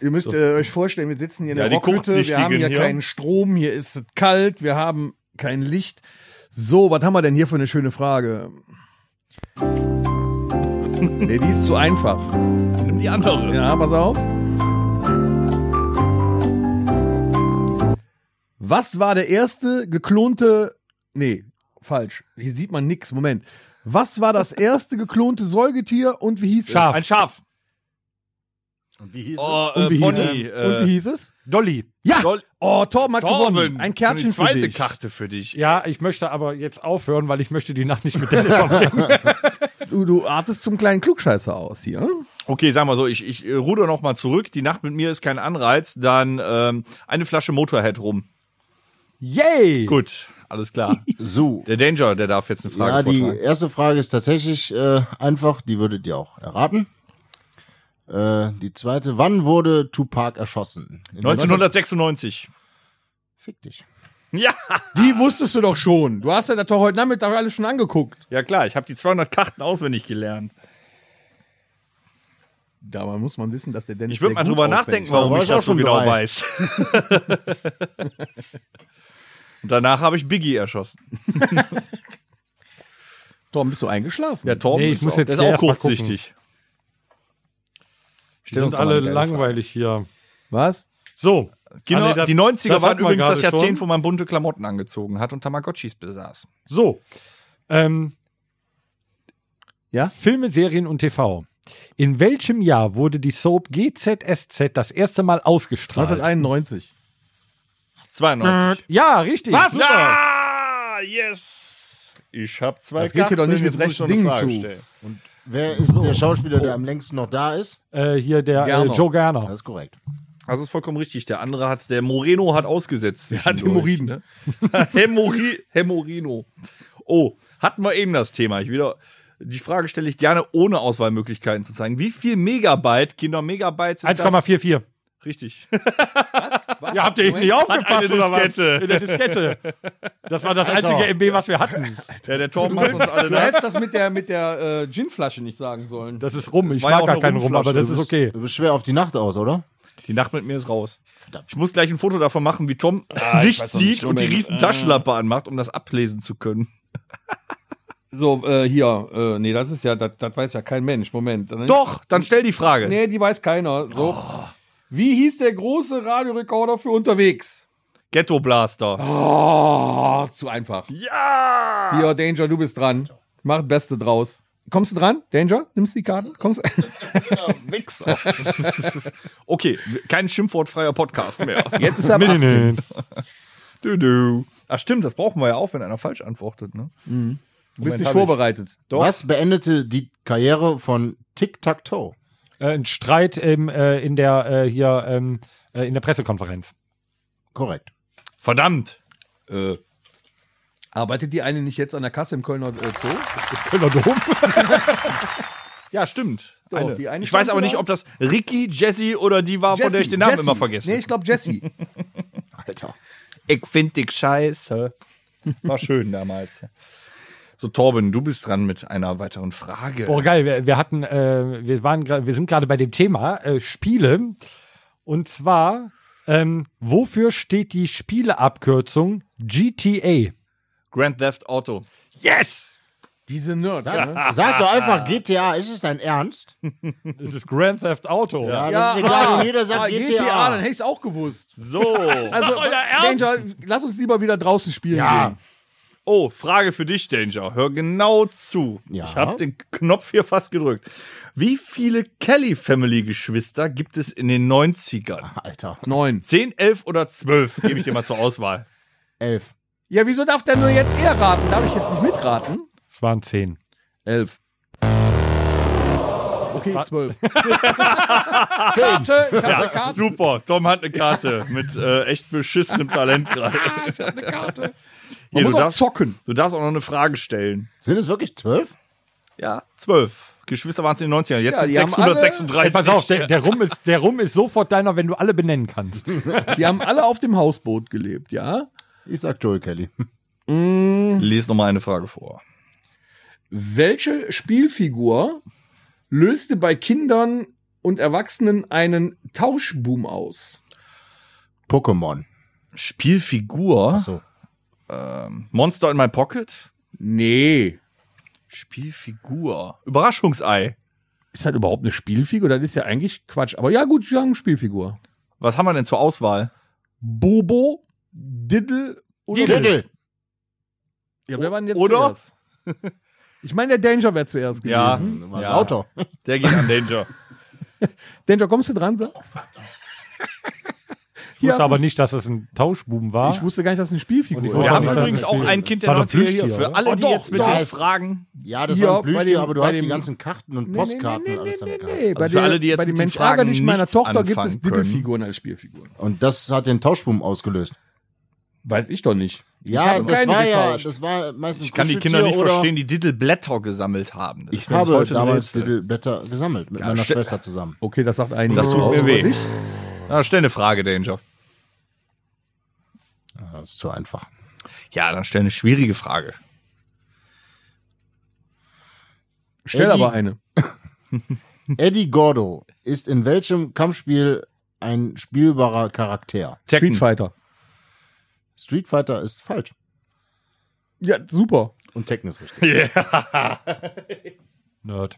E: Ihr müsst äh, euch vorstellen, wir sitzen hier in
D: Ja,
E: der
D: die
E: Rockhütte, wir
D: Kurzsichtigen
E: haben hier,
D: hier.
E: keinen Strom, hier ist es kalt, wir haben kein Licht. So, was haben wir denn hier für eine schöne Frage? nee, die ist zu einfach.
D: Nimm die andere.
E: Ja, pass auf. Was war der erste geklonte. Nee, falsch. Hier sieht man nix. Moment. Was war das erste geklonte Säugetier und wie hieß
F: Schaf.
D: Ein Schaf.
C: Und wie hieß
D: Oh,
E: es? Und wie,
D: äh,
E: hieß
D: Bonnie.
E: es? und wie hieß es?
F: Dolly.
E: Ja!
D: Soll-
E: oh, Torben hat
D: Torben,
E: gewonnen. Ein Kärtchen
D: eine
E: für
D: zweite
E: dich.
D: Karte für dich.
F: Ja, ich möchte aber jetzt aufhören, weil ich möchte die Nacht nicht mit Dennis verbringen.
E: Du, du artest zum kleinen Klugscheißer aus hier.
D: Okay, sagen wir so, ich, ich äh, ruder noch mal zurück. Die Nacht mit mir ist kein Anreiz. Dann ähm, eine Flasche Motorhead rum.
F: Yay!
D: Gut, alles klar.
C: So.
D: der Danger, der darf jetzt eine Frage
C: Ja, die
D: vortragen.
C: erste Frage ist tatsächlich äh, einfach, die würdet ihr auch erraten. Äh, die zweite, wann wurde Tupac erschossen? In
D: 1996.
C: Fick dich.
D: Ja,
E: Die wusstest du doch schon. Du hast ja das doch heute Nachmittag alles schon angeguckt.
D: ja klar, ich habe die 200 Karten auswendig gelernt.
E: Da muss man wissen, dass der Dennis.
D: Ich würde mal
E: sehr gut
D: drüber
E: auswendig
D: nachdenken,
E: war.
D: warum
C: war
D: ich
C: ich auch
D: das so
C: schon
D: genau
C: dabei.
D: weiß. Und danach habe ich Biggie erschossen.
E: Torben, bist du eingeschlafen?
D: Ja, Torben
F: Nee, ich
D: ist,
F: muss
D: auch,
F: jetzt
D: der ist
F: erst
D: auch
F: mal
D: kurzsichtig.
F: Die sind alle langweilig hier.
E: Was?
F: So.
D: Genau,
F: Alle, das-
D: die 90er
F: das
D: waren
F: hatten wir
D: übrigens das
F: gerade
D: Jahrzehnt,
F: schon.
D: wo man bunte Klamotten angezogen hat und Tamagotchis besaß.
F: So. Ähm,
E: Ja?
F: Filme, Serien und TV. In welchem Jahr wurde die Soap GZSZ das erste Mal ausgestrahlt?
E: 1991.
D: 92.
F: Ja, richtig.
D: Was?
F: Super.
D: Ja, yes. Ich habe zwei
E: Das geht hier doch nicht
D: Karten,
E: mit
D: jetzt muss ich
E: rechten
D: noch eine
E: Dingen
D: Frage
E: zu.
D: stellen.
C: Wer ist der Schauspieler,
D: Oh.
C: der am längsten noch da ist?
F: Äh, hier der äh,
E: Gerner.
F: Joe Gerner.
C: Das ist korrekt.
D: Das Also ist vollkommen richtig. Der andere hat, der Moreno hat ausgesetzt. Der
E: hat Hämorrhoiden.
D: Ne? Hämorri, Hämorino. Oh, hatten wir eben das Thema. Ich wieder, die Frage stelle ich gerne, ohne Auswahlmöglichkeiten zu zeigen. Wie viel Megabyte, Kinder Megabyte sind das?
F: 1,44.
D: Richtig.
F: Ja, habt ihr eben nicht aufgepasst
D: eine
F: oder was?
D: Diskette.
F: In der Diskette. Also. Das war das
C: Alter.
F: einzige MB, was wir hatten.
D: Ja, der Tor macht uns alle
E: Du
D: nass.
E: hättest das mit der, mit der äh, Ginflasche nicht sagen sollen.
F: Das ist rum. Ich
D: war ja
F: mag
D: auch
F: gar
D: eine
F: keinen rum,
D: Rumflasche,
F: aber das
D: du
F: ist
D: bist-
F: okay.
C: Du bist schwer auf die Nacht aus, oder?
D: Die Nacht mit mir ist raus. Ich muss gleich ein Foto davon machen, wie Tom nichts sieht und die riesen Taschenlampe anmacht, um das ablesen zu können.
E: So, äh, hier, äh, nee, das ist ja, das, das weiß ja kein Mensch. Moment. Dann-
D: Doch, Oh. dann stell die Frage.
E: Nee, die weiß keiner. So. Wie hieß der große Radiorekorder für unterwegs?
D: Ghetto Blaster.
E: Oh, zu einfach.
D: Ja!
E: Hier, Danger, du bist dran. Mach das Beste draus. Kommst du dran? Danger? Nimmst die Karten? Kommst
D: Wichser. okay, kein schimpfwortfreier Podcast mehr.
E: Jetzt ist er
F: Nee,
E: Mist.
F: nee.
D: Du, du. Ach stimmt, das brauchen wir ja auch, wenn einer falsch antwortet. Ne?
E: Du bist
D: Moment,
E: nicht
D: hab
E: vorbereitet.
D: Doch.
C: Was beendete die Karriere von Tic-Tac-Toe?
F: Äh, ein Streit im, äh, in der äh, hier ähm, äh, in der Pressekonferenz.
C: Korrekt.
D: Verdammt.
E: Äh, arbeitet die eine nicht jetzt an der Kasse im Kölner äh, Zoo?
D: Ja, stimmt.
E: Doch,
D: eine.
E: die eine
D: ich weiß
E: stimmt
D: aber nicht,
E: genau.
D: ob das Ricky, Jessie oder die war, von der ich den Namen immer vergesse.
E: Nee, ich glaube Jesse.
C: Alter.
D: Ich find dich scheiße. War schön damals. So, Torben, du bist dran mit einer weiteren Frage.
F: Boah, geil, wir, wir hatten, äh, wir waren gra- wir sind gerade bei dem Thema äh, Spiele. Und zwar, ähm, wofür steht die Spieleabkürzung GTA?
D: Grand Theft Auto. Yes!
E: Diese Nerds. Ne?
C: Sag doch einfach GTA, ist es dein Ernst?
F: Es ist Grand Theft Auto.
C: Ja, das ist egal. Und jeder sagt
E: ah,
C: GTA.
E: dann hätte ich es auch gewusst.
D: So.
E: Also, Danger, lass uns lieber wieder draußen spielen.
C: Ja.
E: gehen.
D: Oh, Frage für dich, Danger. Hör genau zu.
C: Ja.
D: Ich habe den Knopf hier fast gedrückt. Wie viele Kelly-Family-Geschwister gibt es in den 90ern?
C: Alter.
E: Neun.
D: Zehn, elf oder zwölf? Gebe ich dir mal zur Auswahl.
C: Elf.
E: Ja, wieso darf der nur jetzt er raten? Darf ich jetzt nicht mitraten?
F: Es waren zehn.
E: Elf. Okay, zwölf. Karte, ich habe eine Karte.
D: Super, Tom hat eine Karte mit äh, echt beschissenem Talent gerade.
E: Ah, Ich hab eine Karte.
D: Hier,
E: Man
D: du,
E: muss auch
D: darfst,
E: zocken.
D: du darfst auch noch eine Frage stellen.
C: Sind es wirklich zwölf?
D: Ja, zwölf. Geschwister waren es in den 90ern, jetzt
E: Ja,
D: sind
E: die haben
D: 636.
F: Ey, pass auf, der, der, Rum ist, der Rum ist sofort deiner, wenn du alle benennen kannst.
E: Die haben alle auf dem Hausboot gelebt, ja?
C: Ich sag Joel Kelly.
E: Mm.
D: Lies nochmal eine Frage vor.
E: Welche Spielfigur löste bei Kindern und Erwachsenen einen Tauschboom aus?
C: Pokémon.
D: Spielfigur.
C: So.
D: Ähm, Monster in my pocket.
E: Nee.
D: Spielfigur. Überraschungsei.
E: Ist das überhaupt eine Spielfigur? Das ist ja eigentlich Quatsch. Aber ja, gut, sagen Spielfigur.
D: Was haben wir denn zur Auswahl?
E: Bobo, Diddle oder
C: Diddle.
E: Ja, wer war denn jetzt
D: Oder?
E: zuerst? Ich meine, der Danger wäre zuerst gewesen.
D: Ja,
C: War
D: ja.
C: Lauter.
D: Der geht an Danger.
E: Danger, kommst du dran? Sag?
F: Ich wusste
E: Ja,
F: aber nicht, dass es ein Tauschbuben war.
E: Ich wusste gar nicht, dass es eine Spielfigur
F: Und ich
E: ist.
F: wusste
D: Wir
F: Ja,
D: haben
F: das
D: übrigens
F: ist
D: auch
F: natürlich-
D: ein Kind
F: das
D: der
F: war doch
D: 90er hier.
F: Plüschtier,
D: Für
F: oder?
D: alle, die
E: Oh,
D: jetzt mit
E: doch,
D: den
E: doch.
D: Fragen,
C: Ja, das
E: Ja,
C: war ein
E: bei dem-
C: Plüschtier, aber du
E: bei
C: hast die
E: dem-
C: ganzen Karten und
E: Nee,
C: Postkarten und alles damit gehabt.
E: Bei
D: Also für
E: der-
D: alle, die jetzt
E: bei dem
D: mit den
E: Mensch ärger
D: Fragen
E: dich meiner
D: nichts
E: Tochter gibt es
D: anfangen können.
E: Diddlefiguren als Spielfiguren.
C: Und das hat den Tauschboom ausgelöst.
E: Weiß ich doch nicht.
C: Ja,
E: habe
C: das
E: keine
C: war ja,
E: getauscht.
C: das war meistens
D: ich kann die
C: Kuscheltier
D: Kinder nicht
C: oder-
D: verstehen, die Diddleblätter gesammelt haben. Das
C: Ich
D: wäre bis
C: habe
D: heute ein
C: damals
D: Rätsel.
C: Diddleblätter gesammelt mit
D: Ja,
C: meiner
D: ste-
C: Schwester zusammen.
E: Okay, das sagt einige.
D: Das tut
E: Außer
D: mir weh.
E: dich.
D: Na, stell eine Frage, Danger.
C: Ah, Das ist zu einfach.
D: Ja, dann stell eine schwierige Frage.
E: Stell
C: Eddie-
E: aber eine.
C: Eddie Gordo ist in welchem Kampfspiel ein spielbarer Charakter?
E: Street Fighter.
C: Street Fighter ist falsch.
E: Ja, super.
C: Und Tekken ist richtig.
F: Nerd.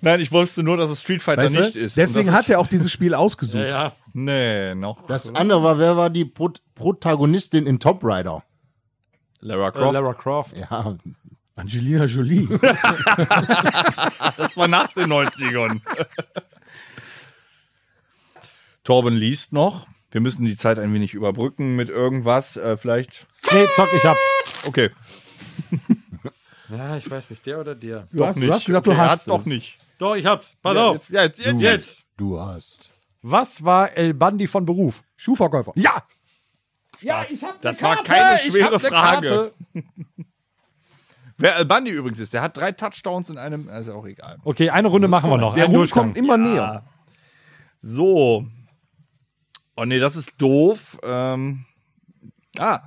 D: Nein, ich wusste nur, dass es Street Fighter
E: Weißt du?
D: nicht ist.
E: Deswegen hat er auch dieses Spiel ausgesucht.
D: ja. Nee, noch.
C: Das andere war, wer war die Pro Protagonistin in Top Rider?
D: Lara
F: Äh,
D: Croft.
F: Lara Croft.
C: Ja,
E: Angelina Jolie.
D: Das war nach den 90ern. Torben liest noch. Wir müssen die Zeit ein wenig überbrücken mit irgendwas. Äh, vielleicht.
F: Nee, zock, ich hab.
D: Okay.
F: Ja, ich weiß nicht, der oder der.
E: Du hast, du hast gesagt,
D: Okay,
E: du
D: er
E: hast
D: hat's
E: es.
D: doch nicht.
F: Doch, ich hab's. Pass
D: Ja,
F: auf.
D: jetzt, jetzt, jetzt, jetzt.
C: du hast.
F: Was war El Bandi von Beruf? Schuhverkäufer. Ja!
E: Ja, ich hab
D: Das
E: eine
D: war
E: Karte,
D: keine
E: ich
D: schwere
E: hab eine
D: Frage.
E: Karte.
D: Wer Al Bundy übrigens ist, der hat drei Touchdowns in einem. Also auch egal.
F: Okay, eine Runde machen wir noch.
E: Der
F: Einen
E: Hund
F: Durchgang.
E: kommt immer näher.
D: So. Oh nee, das ist doof. Ähm. Ah.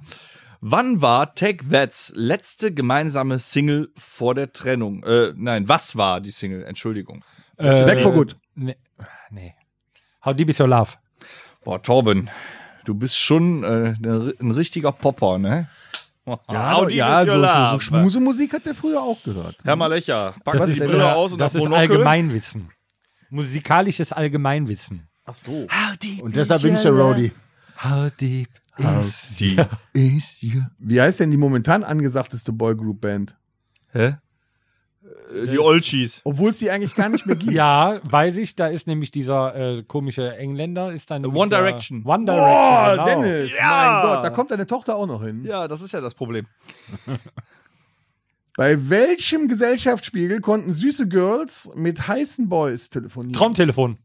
D: Wann war Take That's letzte gemeinsame Single vor der Trennung? Äh, nein, was war die Single? Entschuldigung.
F: Äh,
E: Weg for good.
F: Nee. nee. How deep is your love?
D: Boah, Torben, du bist schon äh, ne- ein richtiger Popper, ne?
E: Ja,
D: How
E: doch,
D: deep
E: Ah, ja
D: is your
E: so, so, so
D: love?
E: Schmusemusik hat der früher auch gehört.
D: Herr Malecher, pack
F: Das
D: die
F: ist,
D: Brille
F: äh,
D: aus und
F: das
D: das
F: ist
D: Monokel.
F: Allgemeinwissen. Musikalisches Allgemeinwissen.
E: Ach so.
C: Und deshalb bin ich der Roadie.
F: How deep is
D: Die.
E: Wie heißt denn die momentan angesagteste Boygroup-Band?
D: Hä? Äh, Die Olchis.
E: Obwohl es die eigentlich gar nicht mehr gibt.
F: Ja, weiß ich, da ist nämlich dieser äh, komische Engländer, ist dann. nämlich
D: One
F: der-
D: Direction.
F: One
E: Boah,
F: Direction. genau.
E: Oh, Dennis,
D: Ja.
E: mein Gott, da kommt deine Tochter auch noch hin.
D: Ja, das ist ja das Problem.
E: Bei welchem Gesellschaftsspiegel konnten süße Girls mit heißen Boys telefonieren?
F: Traumtelefon.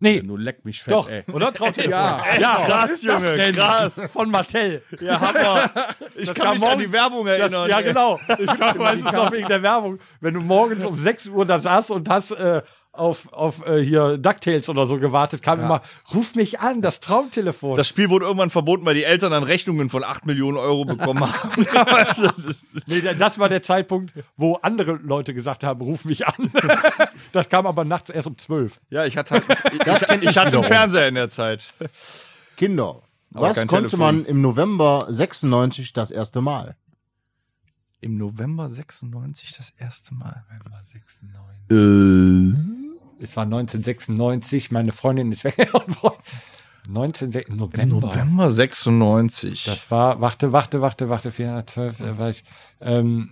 F: Nee,
E: Hm. Nur leck mich fett,
F: doch,
E: ey.
F: oder? Traumtelefon.
E: Ja.
F: ja
D: krass, Junge, krass.
F: Von Mattel.
D: Ja, Hammer. Ich kann
F: kam
D: mich
F: morgen-
D: an die Werbung
F: Das,
D: erinnern.
F: ja,
D: ey.
F: genau. Ich glaube, es ist doch wegen der Werbung. Wenn du morgens um 6 Uhr da saßt und hast äh, auf, auf äh, hier DuckTales oder so gewartet, kam immer, ruf mich an, das Traumtelefon.
D: Das Spiel wurde irgendwann verboten, weil die Eltern dann Rechnungen von 8 Millionen Euro bekommen haben. Also,
F: nee, da- das war der Zeitpunkt, wo andere Leute gesagt haben, ruf mich an. das kam aber nachts erst um 12.
D: ja, ich hatte, halt,
C: ich
D: ich, ich, ich hatte einen
C: wiederum.
D: Fernseher in der Zeit.
C: Kinder.
D: Aber
C: Was
D: kein
C: konnte
D: Telefon.
C: man im November 96 das erste Mal?
D: Im November 96 das erste Mal.
F: Es war 1996, meine Freundin ist weg. 19.
D: Im November 96.
F: Das war, warte, warte, warte, warte, 412, äh, weiß ich, ähm,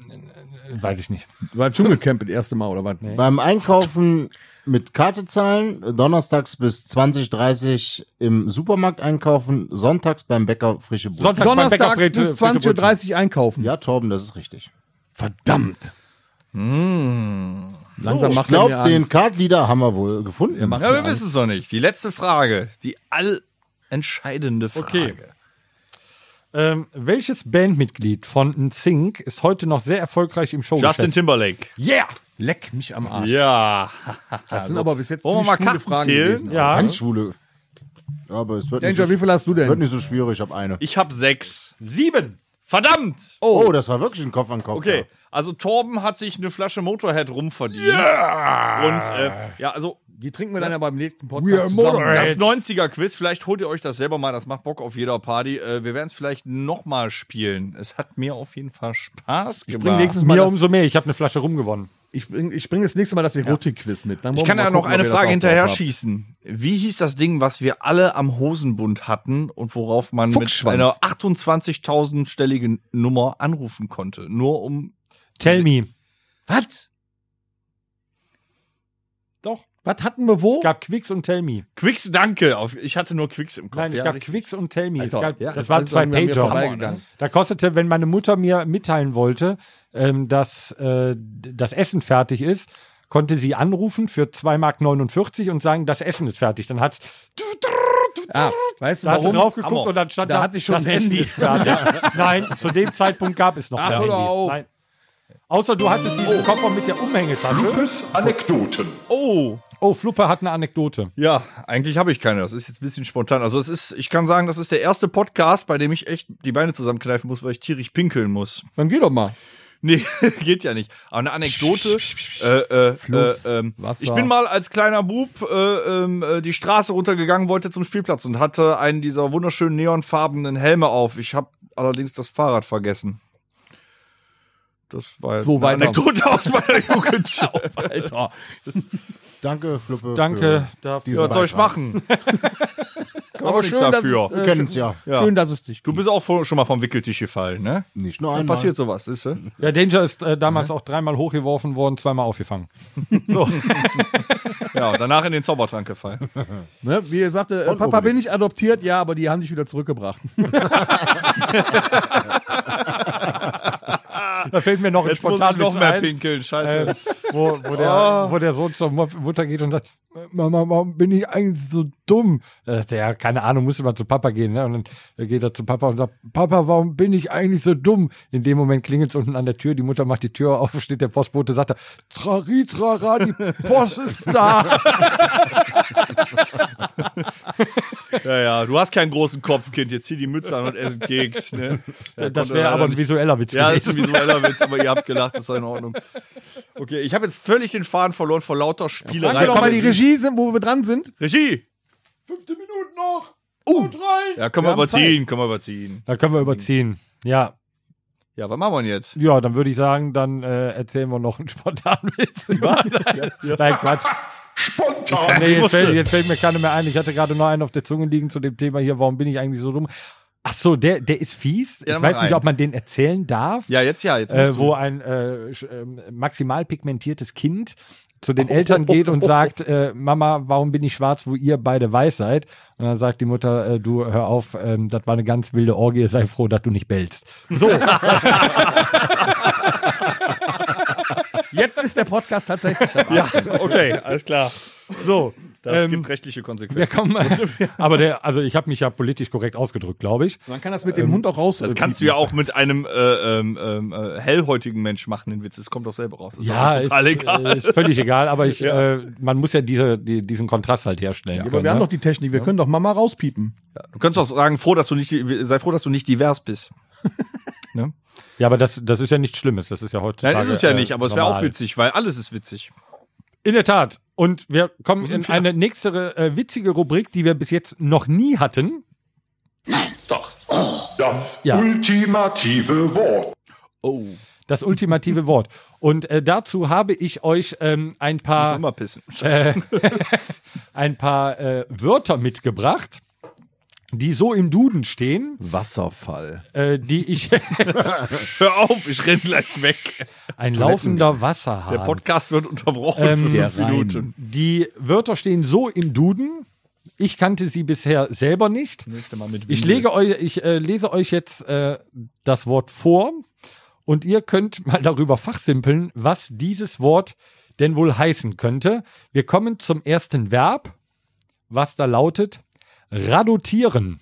F: äh, weiß ich nicht.
E: War Dschungelcamp das erste Mal, oder was? Nee.
C: Beim Einkaufen mit Karte zahlen, donnerstags bis 20.30 im Supermarkt einkaufen, sonntags beim Bäcker frische Brot.
F: Sonntags beim Bäcker
E: Donnerstags
F: Frete-
E: bis
F: Frete Brötchen.
E: 20.30 Uhr einkaufen.
C: Ja, Torben, das ist richtig.
E: Verdammt.
D: Mmh.
E: Langsam
C: ich
E: macht er mir
C: glaube, den
E: Angst.
C: Kartleader haben wir wohl gefunden.
E: macht-
D: Ja, wir wissen es noch nicht. Die letzte Frage. Die allentscheidende Frage.
F: Okay. Ähm, welches Bandmitglied von NSYNC ist heute noch sehr erfolgreich im Showgeschäft?
D: Justin Timberlake.
F: Yeah!
E: Leck mich am Arsch.
D: Ja.
E: Das sind aber bis jetzt
D: Wollen wir
E: ziemlich
D: mal
E: schwule
D: Karten
E: Fragen
D: zählen?
E: gewesen.
F: Ja.
C: Ganz schwule. Ja, aber es wird, nicht so,
E: Danger, wie viel hast du
C: wird
E: denn?
C: nicht so schwierig. Ich habe eine.
D: Ich habe sechs.
F: Sieben!
D: Verdammt!
C: Oh, das war wirklich ein Kopf an Kopf.
D: Okay,
C: ja.
D: also Torben hat sich eine Flasche Motorhead rumverdient. Yeah! Und äh, ja, also
E: Die trinken wir dann aber im nächsten
F: We are
E: Podcast zusammen.
F: moderate.
D: das 90er-Quiz, vielleicht holt ihr euch das selber mal, das macht Bock auf jeder Party. Äh, wir werden es vielleicht nochmal spielen. Es hat mir auf jeden Fall Spaß
E: Ich bring,
D: gemacht. Ich,
E: nächstes mal
F: Mir
E: das,
F: umso mehr, ich habe eine Flasche rumgewonnen.
E: ich, bring, ich bring das nächste Mal das Erotik-Quiz mit. Dann wollen
D: kann
E: wir
D: ja
E: mal
D: noch
E: gucken,
D: eine
E: ob ihr das
D: Frage
E: auch
D: hinterher
E: drauf habt.
D: schießen. Wie hieß das Ding, was wir alle am Hosenbund hatten und worauf man mit
E: Fuchsschwanz.
D: einer 28.000-stelligen Nummer anrufen konnte? Nur um...
F: Tell me.
E: Was?
F: Doch.
E: Was hatten wir wo?
F: Es gab Quicks und Tell me.
D: Quicks, danke. Auf, ich hatte nur Quicks im Kopf.
F: Nein, es
D: Ja,
F: gab
D: richtig.
F: Quicks und Tell me.
E: Alter,
F: es gab,
E: ja,
F: das
E: das
F: war
E: ist
F: zwei
E: an mir
F: Pager.
E: vorbeigegangen.
F: Da kostete, wenn meine Mutter mir mitteilen wollte, ähm, dass äh, das Essen fertig ist, konnte sie anrufen für 2,49 Mark und sagen, das Essen ist fertig. Dann hat's
E: ah, weißt du,
F: Da hast du
E: warum?
F: drauf geguckt
D: Hammer.
F: und dann stand da,
E: Da hatte ich schon
F: das
E: ein Handy.
F: Essen ist fertig. Nein, zu dem Zeitpunkt gab es noch
E: Ach,
F: kein
E: hör doch
F: Handy.
E: auf.
F: Nein. Außer du hattest diesen Koffer mit der Umhängetasche.
A: Lukas Anekdoten.
D: Oh,
F: Oh, Fluppe hat eine Anekdote.
D: Ja, eigentlich habe ich keine. Das ist jetzt ein bisschen spontan. Also es ist, ich kann sagen, das ist der erste Podcast, bei dem ich echt die Beine zusammenkneifen muss, weil ich tierisch pinkeln muss.
E: Dann geh doch mal.
D: Nee, geht ja nicht. Aber eine Anekdote. äh, äh,
E: Fluss,
D: äh, ähm,
E: Wasser.
D: ich bin mal als kleiner Bub äh, ähm, äh, die Straße runtergegangen, wollte zum Spielplatz und hatte einen dieser wunderschönen neonfarbenen Helme auf. Ich habe allerdings das Fahrrad vergessen. Das war
E: So
D: eine
E: weiter.
D: Anekdote aus meiner Jugend. Alter.
C: Danke, Fluppe.
F: Danke dafür.
C: diesen
D: Was soll ich
C: Beitrag.
D: machen? Aber
E: man
D: schön
E: nichts
D: dafür.
E: dass
C: Wir kennen es ja.
D: Ja.
E: Schön, dass es dich
D: Du
E: gibt.
D: bist auch vor- schon mal vom Wickeltisch gefallen, ne?
C: Nicht nur
E: Genau.
C: einmal.
D: Passiert sowas, ist du?
F: Ja, Danger ist äh, damals auch dreimal hochgeworfen worden, zweimal aufgefangen.
D: Ja, und danach in den Zaubertrank gefallen.
E: Ne? Wie er sagte, äh, Papa, bin ich adoptiert? Ja, aber die haben dich wieder zurückgebracht.
F: Da fällt mir noch ein spontan Witz ein,
D: pinkeln,
F: äh, wo, wo,
D: Oh.
F: der, wo der Sohn zur Mu- Mutter geht und sagt, Mama, warum bin ich eigentlich so dumm? Da sagt er, ja, keine Ahnung, muss immer zu Papa gehen. Ne? Und dann geht er zu Papa und sagt, Papa, warum bin ich eigentlich so dumm? In dem Moment klingelt es unten an der Tür, die Mutter macht die Tür auf, steht der Postbote, sagt er, Trari, trara, die Post ist da.
D: ja, ja, du hast keinen großen Kopf, Kind. Jetzt zieh die Mütze an und ess einen Keks. Ne?
F: Das wäre aber ein visueller Witz
D: Ja, das ist
F: gewesen.
D: ein visueller Witz, aber ihr habt gelacht, das ist in Ordnung. Okay, ich habe jetzt völlig den Faden verloren vor lauter Spielerei.
E: Danke doch mal
D: Komm,
E: die Regie, sind, wo wir dran sind.
D: Regie! Uh.
E: Fünfte Minute noch.
D: Ja, können wir,
E: Wir haben
D: überziehen, können wir überziehen.
F: Da können wir überziehen. Ja,
D: Ja, was machen wir denn jetzt?
F: ja, dann würde ich sagen, dann äh, erzählen wir noch einen spontanen Witz. Was? Nein, Quatsch.
A: Spontan.
F: Nee, jetzt
D: musste.
F: fällt, jetzt fällt mir keiner mehr ein. Ich hatte gerade noch einen auf der Zunge liegen zu dem Thema hier, warum bin ich eigentlich so dumm? Ach so, der, der ist fies.
D: Ja,
F: ich
D: mach
F: weiß nicht,
D: rein.
F: ob man den erzählen darf.
D: Ja, jetzt ja, jetzt
F: äh,
D: musst
F: wo
D: du.
F: ein äh, sch- ähm, maximal pigmentiertes Kind zu
D: Oh.
F: den Eltern geht und sagt, äh, Mama, warum bin ich schwarz, wo ihr beide weiß seid? Und dann sagt die Mutter, äh, du hör auf, ähm, das war eine ganz wilde Orgie, sei froh, dass du nicht bellst. So,
E: Jetzt ist der Podcast tatsächlich.
D: Ja, okay, alles klar.
F: so.
D: Das
F: Ähm,
D: gibt rechtliche
F: Wir
D: Konsequenzen.
F: kommen, aber der, also ich habe mich ja politisch korrekt ausgedrückt, glaube ich.
E: Man kann das mit dem Hund auch raus.
D: Ähm, Das kannst du ja auch mit einem äh, ähm, ähm, äh, hellhäutigen Mensch machen, den Witz. Das kommt doch selber raus. Das
F: Ja,
D: ist
F: ist,
D: doch total egal.
F: äh, ist völlig egal, aber ich, äh, man muss ja diese, die, diesen Kontrast halt herstellen.
E: Aber
F: können,
E: wir haben
F: ne?
E: doch die Technik, wir können doch Mama rauspiepen.
D: Du kannst doch sagen, froh, dass du nicht, sei froh, dass du nicht divers bist.
F: ja, aber das, das ist ja nichts Schlimmes, das ist ja heutzutage.
D: Nein, ist es ja
F: äh,
D: nicht, aber es wäre auch
F: normal.
D: witzig, weil alles ist witzig.
F: In der Tat. Und wir kommen in
D: wir?
F: eine nächste äh, witzige Rubrik, die wir bis jetzt noch nie hatten.
A: Doch. Das
F: Ja.
A: ultimative Wort.
D: Oh,
F: Das ultimative Wort. Und äh, dazu habe ich euch ähm, ein
D: muss
F: paar,
D: immer pissen.
F: ein paar äh, Wörter mitgebracht, die so im Duden stehen,
E: Wasserfall.
F: äh, die ich
D: Hör auf, ich renn gleich weg.
F: ein laufender Wasserhahn.
D: Der Podcast wird unterbrochen
F: Ähm,
D: für
E: der
D: fünf
E: Rhein.
D: Minuten.
F: Die Wörter stehen so im Duden. Ich kannte sie bisher selber nicht. Ich, lege euch, ich äh, lese euch jetzt äh, das Wort vor und ihr könnt mal darüber fachsimpeln, was dieses Wort denn wohl heißen könnte. Wir kommen zum ersten Verb, was da lautet radotieren.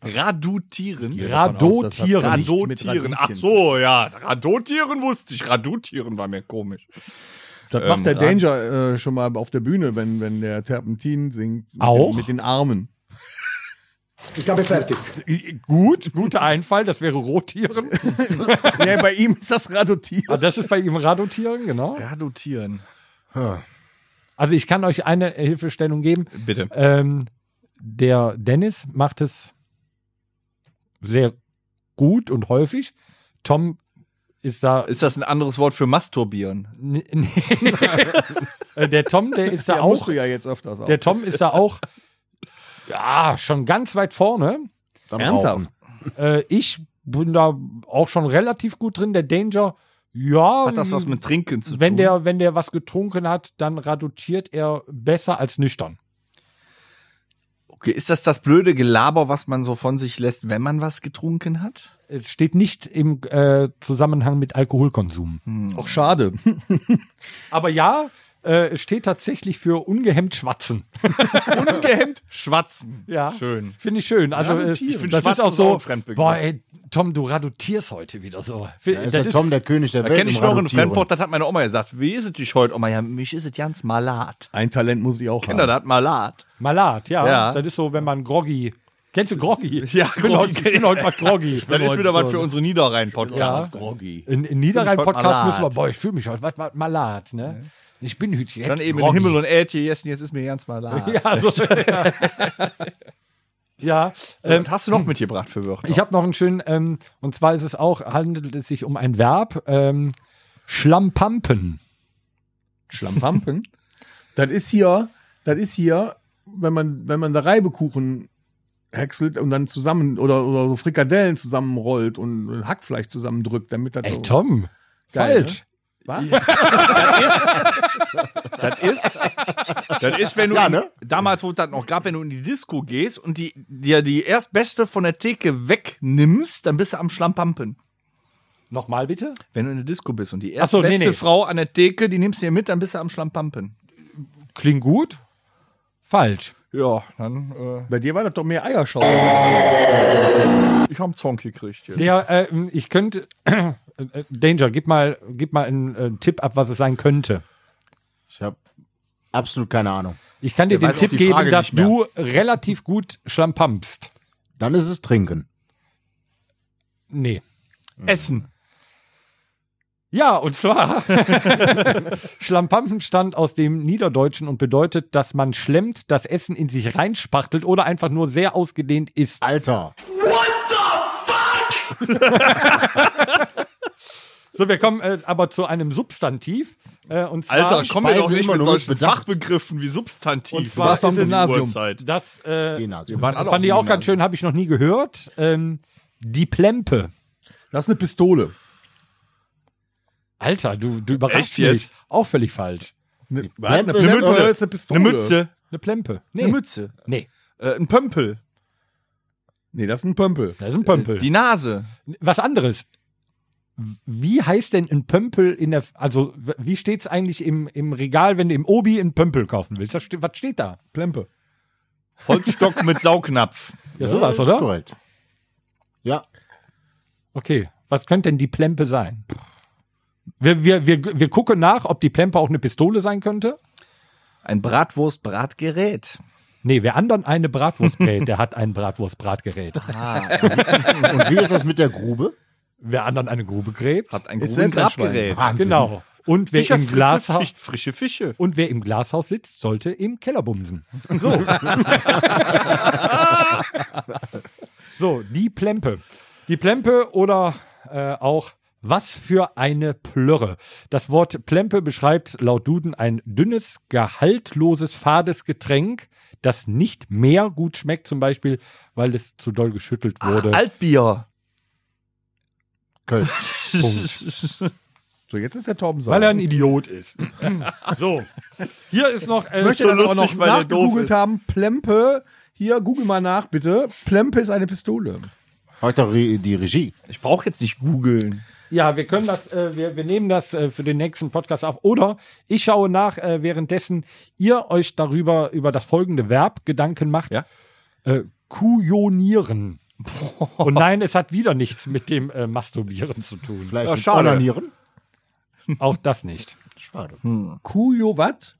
D: Radutieren.
F: Radotieren.
E: Nichts mit
D: Radotieren.
E: Radieschen
D: Ach so, ja. Radotieren wusste ich. Radotieren war mir komisch.
E: Das
D: Ähm,
E: macht der
D: Rad-
E: Danger äh, schon mal auf der Bühne, wenn, wenn der Terpentin singt. Mit
F: Auch?
E: Den, mit den Armen.
F: Gut, guter Einfall, das wäre rotieren.
E: nee, bei ihm ist das
F: Aber
E: Radotieren.
F: Das ist bei ihm radotieren, genau.
D: Radotieren.
F: Also ich kann euch eine Hilfestellung geben.
D: Bitte.
F: Ähm, der Dennis macht es sehr gut und häufig. Tom ist da.
D: Ist das ein anderes Wort für masturbieren?
F: n- n- Äh, der Tom, der ist da
E: Ja, musst
F: auch.
E: du ja jetzt öfters auch.
F: Der Tom ist da auch. Ja, schon ganz weit vorne.
C: Dann
E: Ernsthaft?
F: Äh, ich bin da auch schon relativ gut drin. Der Danger, ja.
D: Hat das was mit Trinken zu
F: wenn
D: tun?
F: der, wenn der was getrunken hat, dann radotiert er besser als nüchtern.
D: okay, ist das das blöde Gelaber, was man so von sich lässt, wenn man was getrunken hat?
F: Es steht nicht im äh, Zusammenhang mit Alkoholkonsum.
E: Auch schade.
F: Aber ja, äh, es steht tatsächlich für ungehemmt schwatzen.
D: Ungehemmt schwatzen.
F: Ja.
D: Schön.
F: Finde ich schön. Also äh,
E: Radotieren. Ich
D: find
F: das ist
D: schwatzen
F: auch
D: ist
F: so.
D: auch ein Fremdbegriff.
F: boah, ey, Tom, du radotierst heute wieder so.
C: Da ist der Tom der König der
D: Da
C: Welt.
D: kenne
F: um
D: ich
C: im
D: noch ein
C: Radotieren.
D: Fremdwort, das hat meine Oma gesagt. Wie ist es dich heute, Oma? Ja, mich ist es ganz malat.
E: Ein Talent muss ich auch
D: Kinder,
E: haben.
D: das hat malat.
F: Malat, ja.
D: Ja.
F: Das ist so, wenn man groggy. Kennst du groggy?
D: Ja,
F: ich bin
D: groggy.
F: heute, ich bin heute mal groggy. Ich bin
D: Das ist
F: heute
D: wieder was
F: so-
D: für unsere Niederrhein-Podcast.
F: Ja.
E: Groggy.
F: In,
D: Fühl
F: in
D: mich heute
F: Niederrhein-Podcast müssen wir,
D: malat.
F: boah, ich fühle mich heute, was, was, malat, ne? Ich bin heute jetzt
D: Dann eben
F: groggy.
D: Himmel und Erde gegessen, jetzt ist mir ganz malat.
F: Ja, so, Ja,
D: Ähm,
F: ähm,
D: hast du noch mitgebracht für Wörter?
F: ich habe noch einen schönen, ähm, und zwar ist es auch, handelt es sich um ein Verb, ähm, Schlammpampen.
D: Schlammpampen.
E: Das ist hier, das ist hier, wenn man, wenn man da Reibekuchen häckselt und dann zusammen oder, oder so Frikadellen zusammenrollt und Hackfleisch zusammendrückt, damit das
F: Ey,
E: so-
F: Tom,
E: Geil,
D: ne?
F: falsch.
E: Was?
D: Das ist, das ist, wenn du,
C: Ja, ne?
D: damals, wo es das noch gab, wenn du in die Disco gehst und die, dir die erstbeste von der Theke wegnimmst, dann bist du am Schlammpampen.
F: Nochmal bitte?
D: Wenn du in der Disco bist und die
F: Ach so,
D: erstbeste
F: nee, nee.
D: Frau an der Theke, die nimmst du dir mit, dann bist du am Schlammpampen.
F: Klingt gut. Falsch.
D: Ja, dann,
E: Bei dir war das doch mehr Eierschau.
D: äh, ich hab Zonk gekriegt. Jetzt.
F: Der, äh, ich könnte, äh, Danger, gib mal, gib mal einen äh, Tipp ab, was es sein könnte.
C: Ich habe absolut keine Ahnung.
F: Ich kann dir
D: Der
F: den
D: weiß auch
F: Tipp
D: die
F: geben,
D: Frage
F: dass
D: nicht mehr.
F: du relativ gut schlampampst.
C: Dann ist es Trinken.
F: Nee.
D: Essen.
F: Ja, und zwar Schlampampen stammt aus dem Niederdeutschen und bedeutet, dass man schlemmt, das Essen in sich reinspachtelt oder einfach nur sehr ausgedehnt isst.
C: Alter.
F: So, wir kommen äh, aber zu einem Substantiv. Äh, und zwar
D: Alter, komm mir
C: Speisen
D: doch nicht
C: immer
D: mit
C: nur mit
D: solchen
C: Bedacht.
D: Fachbegriffen wie Substantiv.
F: Und zwar ist
D: in
E: es-
D: der
E: Gymnasium.
D: Uhrzeit.
F: das äh,
C: Wir
D: waren alle-
F: fand ich auch ganz
D: Gymnasium.
F: schön, habe ich noch nie gehört. Ähm, die Plempe.
E: Das ist eine Pistole.
F: Alter, du, du
D: Echt
F: überraschst mich.
D: jetzt?
F: Auch völlig falsch.
E: Eine,
C: Plempe-
E: eine Plempe
C: Eine Mütze.
E: ist eine Pistole.
D: Eine Mütze.
F: Eine Plempe. Nee,
D: Eine Mütze.
F: nee.
D: Äh, ein Pömpel.
E: Nee, das ist ein Pömpel.
F: das ist ein Pömpel.
D: Äh, Die Nase.
F: Was anderes. Wie heißt denn ein Pömpel in der, also w- wie steht's eigentlich im, im Regal, wenn du im Obi einen Pömpel kaufen willst? Das ste was steht da?
E: Plempe.
D: Holzstock mit Saugnapf.
F: Ja, sowas,
C: ist
F: oder?
C: Korrekt. Ja.
F: Okay, was könnte denn die Plempe sein? Wir, wir, wir, wir gucken nach, ob die Plempe auch eine Pistole sein könnte.
D: Ein Bratwurst-Bratgerät.
F: Nee, wer anderen eine Bratwurst brät, der hat ein Bratwurstbratgerät.
C: Und wie ist das mit der Grube?
F: Wer anderen eine Grube gräbt,
D: Hat ein
E: Ist
D: grünes
E: selbst ein Schwein.
D: Grabgerät.
E: Wahnsinn.
F: genau. Und wer
D: Fischers
F: im
D: Fritze
F: Glashaus
D: fischt frische Fische.
F: und wer im Glashaus sitzt, sollte im Keller bumsen. So. so, die Plempe. Die Plempe oder äh, auch was für eine Plörre. Das Wort Plempe beschreibt laut Duden ein dünnes, gehaltloses, fades Getränk, das nicht mehr gut schmeckt, zum Beispiel, weil es zu doll geschüttelt wurde.
D: Altbier.
C: Köln.
E: So, jetzt ist der Torben sauer.
F: weil er ein Idiot ist. so, hier ist noch.
E: ich
F: Äh,
E: möchte
D: so
E: das auch noch
D: lustig, weil der doof
E: nachgegoogelt
D: ist.
E: haben. Plempe. Hier, google mal nach, bitte. Plempe ist eine Pistole.
C: Fragt doch re- die Regie.
D: Ich brauche jetzt nicht googeln.
F: Ja, wir können das, äh, wir, wir nehmen das äh, für den nächsten Podcast auf. Oder ich schaue nach, äh, währenddessen ihr euch darüber, über das folgende Verb Gedanken macht.
D: Ja.
F: Äh, kujonieren. Und nein, es hat wieder nichts mit dem äh, Masturbieren zu tun.
C: Vielleicht
D: Ja,
C: mit
D: schade.
C: Onanieren?
F: Auch das nicht.
C: Schade.
E: Kujo, was?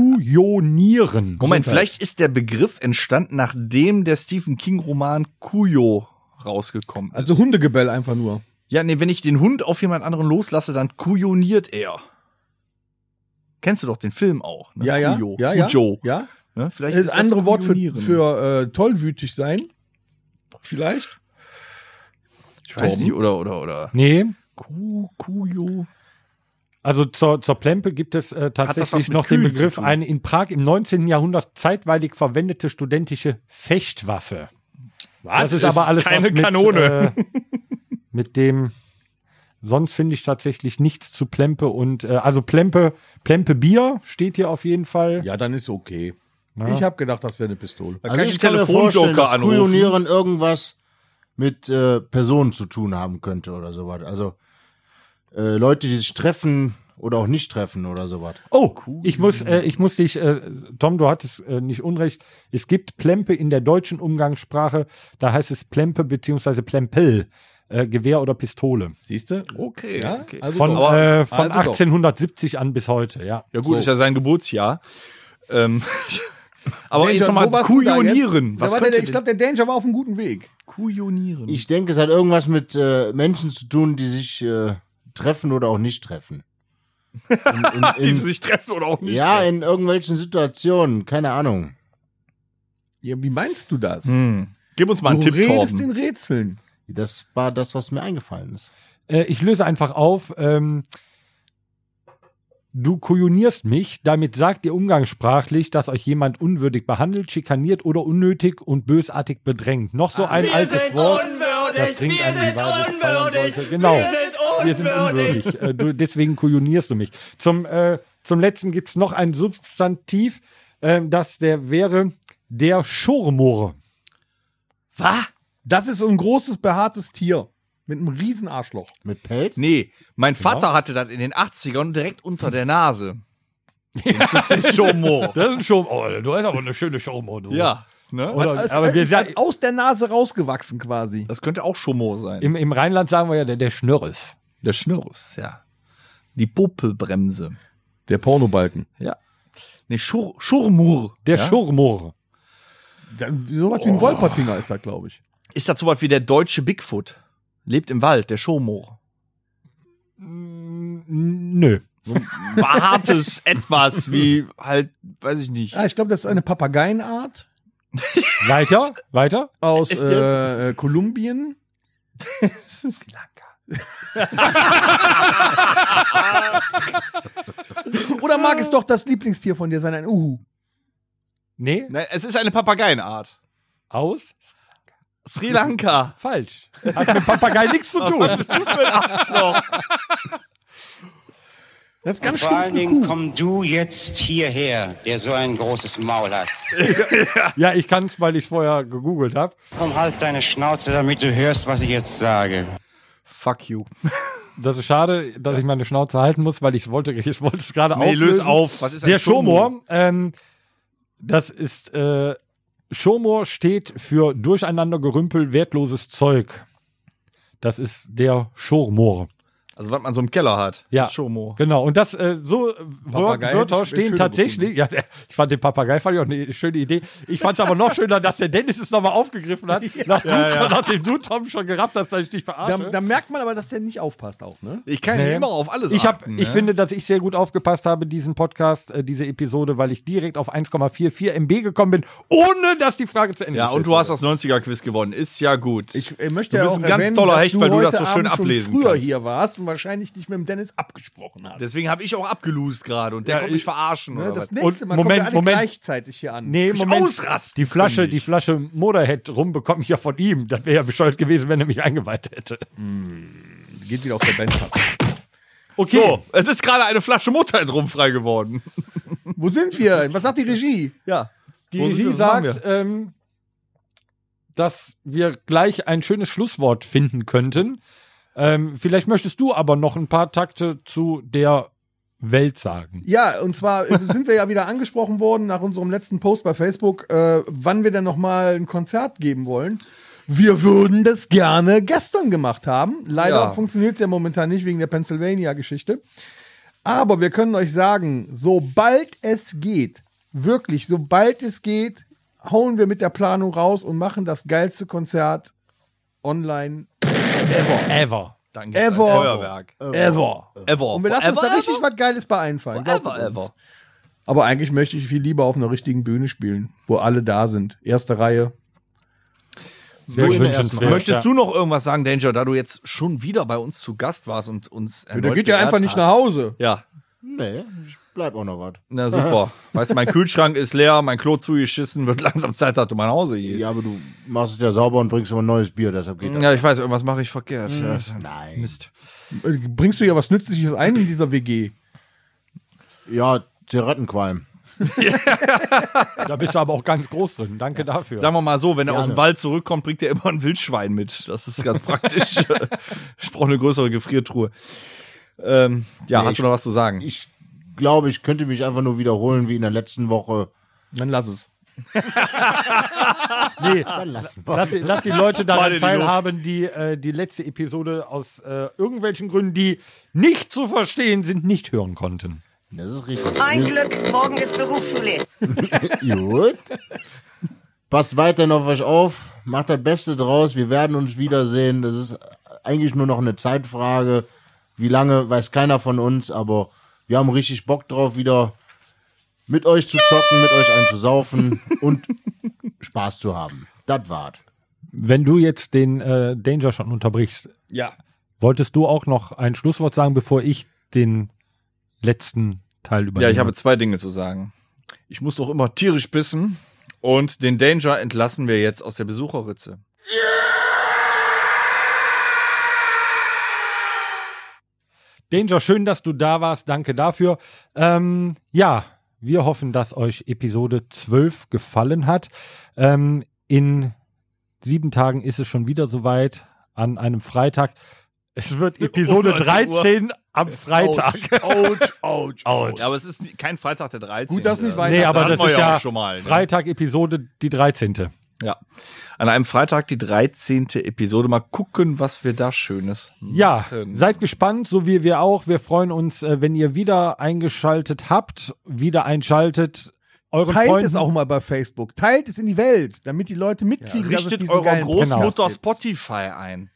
F: Kujonieren.
D: Moment, vielleicht ist der Begriff entstanden, nachdem der Stephen King-Roman Kuyo rausgekommen ist.
E: Also Hundegebell einfach nur.
D: ja, nee, wenn ich den Hund auf jemand anderen loslasse, dann kujoniert er. Kennst du doch den Film auch, ne?
E: Ja, ja.
D: Kuyo.
E: Ja, ja.
D: Kujo.
E: Ja.
D: Ne? Vielleicht
E: Das andere Wort für,
D: kujonieren.
E: für äh, tollwütig sein. Vielleicht.
D: ich weiß nicht, oder, oder, oder.
F: Nee.
D: Ku, Kuyo.
F: Also zur, zur Plempe gibt es äh,
D: das was
F: tatsächlich
D: mit
F: noch den
D: Kühen zu
F: Begriff,
D: tun?
F: eine in Prag im 19. Jahrhundert zeitweilig verwendete studentische Fechtwaffe. Das ist aber alles
D: keine
F: was mit,
D: Kanone.
F: Äh, mit dem sonst finde ich tatsächlich nichts zu Plempe und äh, also Plempe Plempe Bier steht hier auf jeden Fall.
E: Ja, dann ist okay.
F: Ja.
E: Ich habe gedacht, das wäre eine Pistole.
D: Da kann ich
C: Also kann mir vorstellen,
D: Telefonjoker
C: dass
D: anrufen.
C: Kujonieren irgendwas mit äh, Personen zu tun haben könnte oder sowas. Also äh, Leute, die sich treffen oder auch nicht treffen oder sowas.
F: Oh, ich muss äh, ich muss dich äh, Tom, du hattest äh, nicht unrecht. Es gibt Plempe in der deutschen Umgangssprache, da heißt es Plempe beziehungsweise Plempel, äh, Gewehr oder Pistole.
E: Siehst du?
D: Okay,
E: Ja,
D: okay.
E: also
F: Von,
E: doch.
F: äh, von
E: Also doch.
F: 1870 an bis heute, ja.
D: Ja gut,
E: So.
D: ist ja sein Geburtsjahr. Ähm, aber
E: Danger,
D: jetzt
E: wo
D: nochmal
E: warst du da jetzt?
D: kujonieren.
E: Da
D: Was
E: war
D: könnte
E: der,
D: denn
E: ich glaube, der Danger war auf einem guten Weg.
D: kujonieren?
C: Ich denke, es hat irgendwas mit äh, Menschen zu tun, die sich äh, treffen oder auch nicht treffen. In, in,
D: die
C: in,
D: sich treffen oder auch nicht.
C: ja,
D: treffen.
C: in irgendwelchen Situationen, keine Ahnung.
E: Ja, wie meinst du das?
D: Hm. Gib uns mal einen
E: du
D: Tipp,
E: redest in
D: Torben.
E: Rätseln.
C: Das war das, was mir eingefallen ist.
F: Äh, ich löse einfach auf. Ähm, du kujonierst mich, damit sagt ihr umgangssprachlich, dass euch jemand unwürdig behandelt, schikaniert oder unnötig und bösartig bedrängt. Noch so ein altes Wort. Das bringt wir sind unwürdig. Genau. Wir sind unwürdig. Äh, du, deswegen kujonierst du mich. Zum, äh, zum letzten gibt's noch ein Substantiv, ähm, das der wäre der Schurmur.
D: Was?
E: Das ist so ein großes, behaartes Tier. Mit einem riesen Arschloch.
C: Mit Pelz?
D: Nee, mein Vater hatte das in den 80ern direkt unter der Nase. Schomo.
F: Das ist ein Schurmur. Oh, du hast aber eine schöne Schurmur. Du.
D: Ja, ne?
F: Oder,
E: Es-
F: aber
E: es
F: wir
E: ist
F: sagen,
E: halt aus der Nase rausgewachsen quasi.
D: Das könnte auch Schomo sein.
F: Im, Im Rheinland sagen wir ja der, der Schnörres.
D: der Schnürrus, ja. Die Popelbremse.
E: Der Pornobalken.
D: Ne, Schur Schurmur.
F: Der
D: ja?
F: Schurmur.
E: Dann, sowas wie ein Wolpertinger ist da, glaube ich.
D: Ist das sowas wie der deutsche Bigfoot? Lebt im Wald, der Schurmur.
F: Nö.
D: So ein behaartes Etwas wie halt, weiß ich nicht.
E: Ah, ich glaube, das ist eine Papageienart
F: Weiter, weiter.
E: aus
D: Echt
E: äh, äh, Kolumbien. Oder mag es doch das Lieblingstier von dir sein, ein Uhu?
F: Nee,
D: Nein, es ist eine Papageienart.
F: aus.
D: Sri Lanka.
F: Falsch. Hat mit Papagei nichts zu tun.
E: Das ist ganz
H: Vor allen
E: schön.
H: Dingen komm du jetzt hierher, der so ein großes Maul hat.
F: Ja, ich kann's, weil ich's vorher gegoogelt habe.
H: Komm, halt deine Schnauze, damit du hörst, was ich jetzt sage.
D: Fuck you.
F: Das ist schade, dass ich meine Schnauze halten muss, weil ich's wollte. Ich wollte es gerade
D: Nee,
F: auflösen.
D: löse auf. Was ist ein
F: Der
D: Schurmur?
F: Schurmur, ähm, das ist, äh, Schurmur steht für durcheinandergerümpel, wertloses Zeug. Das ist der Schurmur.
D: Also was man so im Keller hat.
F: Ja.
D: Das Schomo.
F: Genau, und das, äh, so Wör
E: Papagei
F: Wörter
E: hätte ich
F: stehen
E: schöner
F: tatsächlich. Ja, der- ich fand den Papagei fand ich auch eine schöne Idee. Ich fand es aber noch schöner, dass der Dennis es nochmal aufgegriffen hat, nach nachdem du Tom schon gerafft hast, dass ich dich
E: Da,
F: verarsche.
E: da merkt man aber, dass der nicht aufpasst auch, ne?
D: Ich kann
F: Nee.
D: immer auf alles
F: ich, hab,
D: achten,
F: ich
D: ne?
F: finde, dass ich sehr gut aufgepasst habe, diesen Podcast, äh, diese Episode, weil ich direkt auf 1,44 MB gekommen bin, ohne dass die Frage zu Ende
D: Ja,
F: gestellt
D: und du hast das 90er-Quiz gewonnen. Ist ja gut.
E: Ich äh, möchte
D: Du
E: ja
D: bist
E: auch
D: ein ganz
E: erwähnen,
D: toller
E: dass
D: Hecht, weil du das so
E: heute
D: schön
E: Abend schon
D: ablesen
E: früher
D: kannst.
E: hier warst und wahrscheinlich dich mit dem Dennis abgesprochen hast.
D: Deswegen habe ich auch abgelost gerade und der
F: Ja,
D: kommt mich
F: ich-
D: verarschen.
E: Ne,
D: oder
E: das
D: was?
E: nächste
F: Und
E: Mal
F: Moment,
E: kommen wir alle
F: Moment.
E: gleichzeitig hier an.
F: Nee,
D: Ich
F: Moment.
D: ausrasten,
F: die Flasche,
D: finde
F: die
D: ich.
F: Flasche Motorhead rum bekomme ich ja von ihm. Das wäre ja bescheuert gewesen, wenn er mich eingeweiht hätte.
E: Geht wieder auf der Band.
F: Okay.
D: So, es ist gerade eine Flasche Mutter drum frei geworden.
E: Wo sind wir? Was sagt die Regie? äh,
D: Ja.
F: Die
D: Wo sind
F: Regie
D: wir? Was machen
F: sagt, ähm, dass wir gleich ein schönes Schlusswort finden könnten. Ähm, vielleicht möchtest du aber noch ein paar Takte zu der Welt sagen.
E: Ja, und zwar äh, sind wir ja wieder angesprochen worden nach unserem letzten Post bei Facebook, äh, wann wir denn nochmal ein Konzert geben wollen. Wir würden das gerne gestern gemacht haben. Leider
D: Ja.
E: funktioniert es ja momentan nicht wegen der Pennsylvania-Geschichte. Aber wir können euch sagen, sobald es geht, wirklich, sobald es geht, hauen wir mit der Planung raus und machen das geilste Konzert online ever.
F: Ever.
D: Dann gibt's ein
E: Ever.
D: Feuerwerk.
E: Ever.
D: Ever.
E: Und wir lassen uns da
D: Forever,
E: richtig
D: ever?
E: was Geiles bei einfallen.
D: Forever,
E: Glaubt uns.
D: ever.
E: Aber eigentlich möchte ich viel lieber auf einer richtigen Bühne spielen, wo alle da sind. Erste Reihe.
F: Sehr
D: Du,
F: wünschenswert,
D: Möchtest
F: ja.
D: du noch irgendwas sagen, Danger, da du jetzt schon wieder bei uns zu Gast warst und uns
E: Ja,
D: erneut
E: der geht ja
D: geehrt
E: einfach nicht
D: hast?
E: nach Hause.
D: Ja,
C: Nee, ich bleib auch noch was.
D: na super. weißt du, mein Kühlschrank ist leer, mein Klo zugeschissen, wird langsam Zeit, dass du mal nach Hause gehst.
C: Ja, aber du Mhm. machst es ja sauber und bringst immer neues Bier, deshalb geht das.
D: Ja, ich weiß, irgendwas mache ich verkehrt.
E: Mhm.
D: Ja, ist-
C: Nein.
D: Mist.
E: Äh, Bringst du ja was Nützliches ein in dieser WG?
C: Ja, Zigarettenqualm.
F: Da bist du aber auch ganz groß drin. Danke dafür.
D: Sagen wir mal so, wenn er aus dem
C: Gerne.
D: Wald zurückkommt, bringt er immer ein Wildschwein mit. Das ist ganz praktisch. ich brauche eine größere Gefriertruhe. Ähm, ja, hast du noch was zu sagen?
C: Ich glaube, ich könnte mich einfach nur wiederholen wie in der letzten Woche.
E: Dann lass es.
F: nee,
C: Dann lassen wir
F: lass, lass die Leute
D: Mal in
F: daran
D: die
F: teilhaben, die äh, die letzte Episode aus äh, irgendwelchen Gründen, die nicht zu verstehen sind, nicht hören konnten.
C: Das ist richtig.
I: Ein Glück, morgen ist Berufsschule.
C: Gut. Passt weiterhin auf euch auf. Macht das Beste draus. Wir werden uns wiedersehen. Das ist eigentlich nur noch eine Zeitfrage. Wie lange, weiß keiner von uns, aber wir haben richtig Bock drauf, wieder mit euch zu zocken, mit euch einzusaufen und Spaß zu haben. Das war's.
F: Wenn du jetzt den äh, Danger schon unterbrichst,
D: Ja.
F: wolltest du auch noch ein Schlusswort sagen, bevor ich den letzten Teil übernehme?
D: Ja, ich habe zwei Dinge zu sagen. Ich muss doch immer tierisch bissen und den Danger entlassen wir jetzt aus der Besucherritze.
F: Danger, schön, dass du da warst. Danke dafür. Ähm, ja, wir hoffen, dass euch Episode 12 gefallen hat. Ähm, in sieben Tagen ist es schon wieder soweit, an einem Freitag. Es wird Episode
D: 19 Um Uhr.
F: 13 am Freitag.
E: Ouch, ouch, ouch.
D: Ja, aber es ist nie- kein Freitag der 13.
E: Gut, dass nicht Weihnachten-
F: Nee, aber
D: Hatten
F: das
D: wir ja
F: ist
D: auch
F: ja
D: schon mal, ne?
F: Freitag Episode die 13.
D: Ja. An einem Freitag die 13. Episode. Mal gucken, was wir da Schönes
F: Ja,
D: machen.
F: seid gespannt, so wie wir auch. Wir freuen uns, äh, wenn ihr wieder eingeschaltet habt, wieder einschaltet. Euren
E: Teilt
F: Freunden.
E: es auch mal bei Facebook. Teilt es in die Welt, damit die Leute mitkriegen, dass es
D: Äh, Richtet
E: diesen
D: eurer
E: geilen
D: Großmutter
E: Podcast gibt.
D: Spotify ein.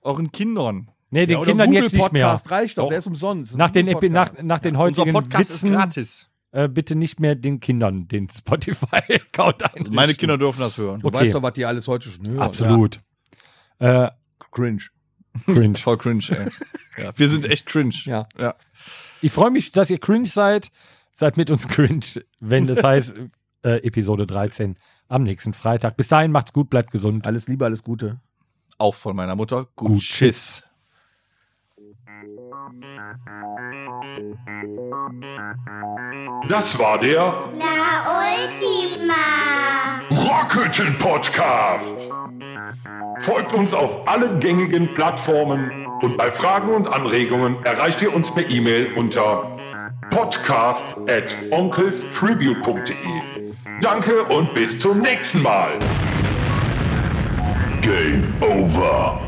D: Euren Kindern.
F: Nee, den
E: Ja, oder
F: Kindern
E: Google
F: jetzt nicht mehr.
E: Podcast reicht doch,
F: Doch.
E: der ist umsonst.
F: Nach den, Epi
E: Google
F: nach,
E: Podcast.
F: nach den
D: Unser
F: heutigen
D: Podcast ist
F: Witzen
D: gratis.
F: äh, bitte nicht mehr den Kindern den Spotify-Account einrichten.
D: Meine Kinder dürfen das hören.
E: Du
F: Okay.
E: weißt doch, was die alles heute schon hören.
F: Absolut. Äh,
E: Ja. Cringe.
F: cringe.
D: Voll cringe, ey. ja. Wir sind echt cringe.
E: Ja.
D: ja.
F: Ich freue mich, dass ihr cringe seid. Seid mit uns cringe, wenn das heißt äh, Episode 13 am nächsten Freitag. Bis dahin macht's gut, bleibt gesund.
E: Alles Liebe, alles Gute.
D: Auch von meiner Mutter. Gut. Schiss.
A: Das war der
B: La última.
A: Rockhütten Podcast. Folgt uns auf allen gängigen Plattformen und bei Fragen und Anregungen erreicht ihr uns per E-Mail unter podcast at onkelstribute.de. Danke und bis zum nächsten Mal. Game over.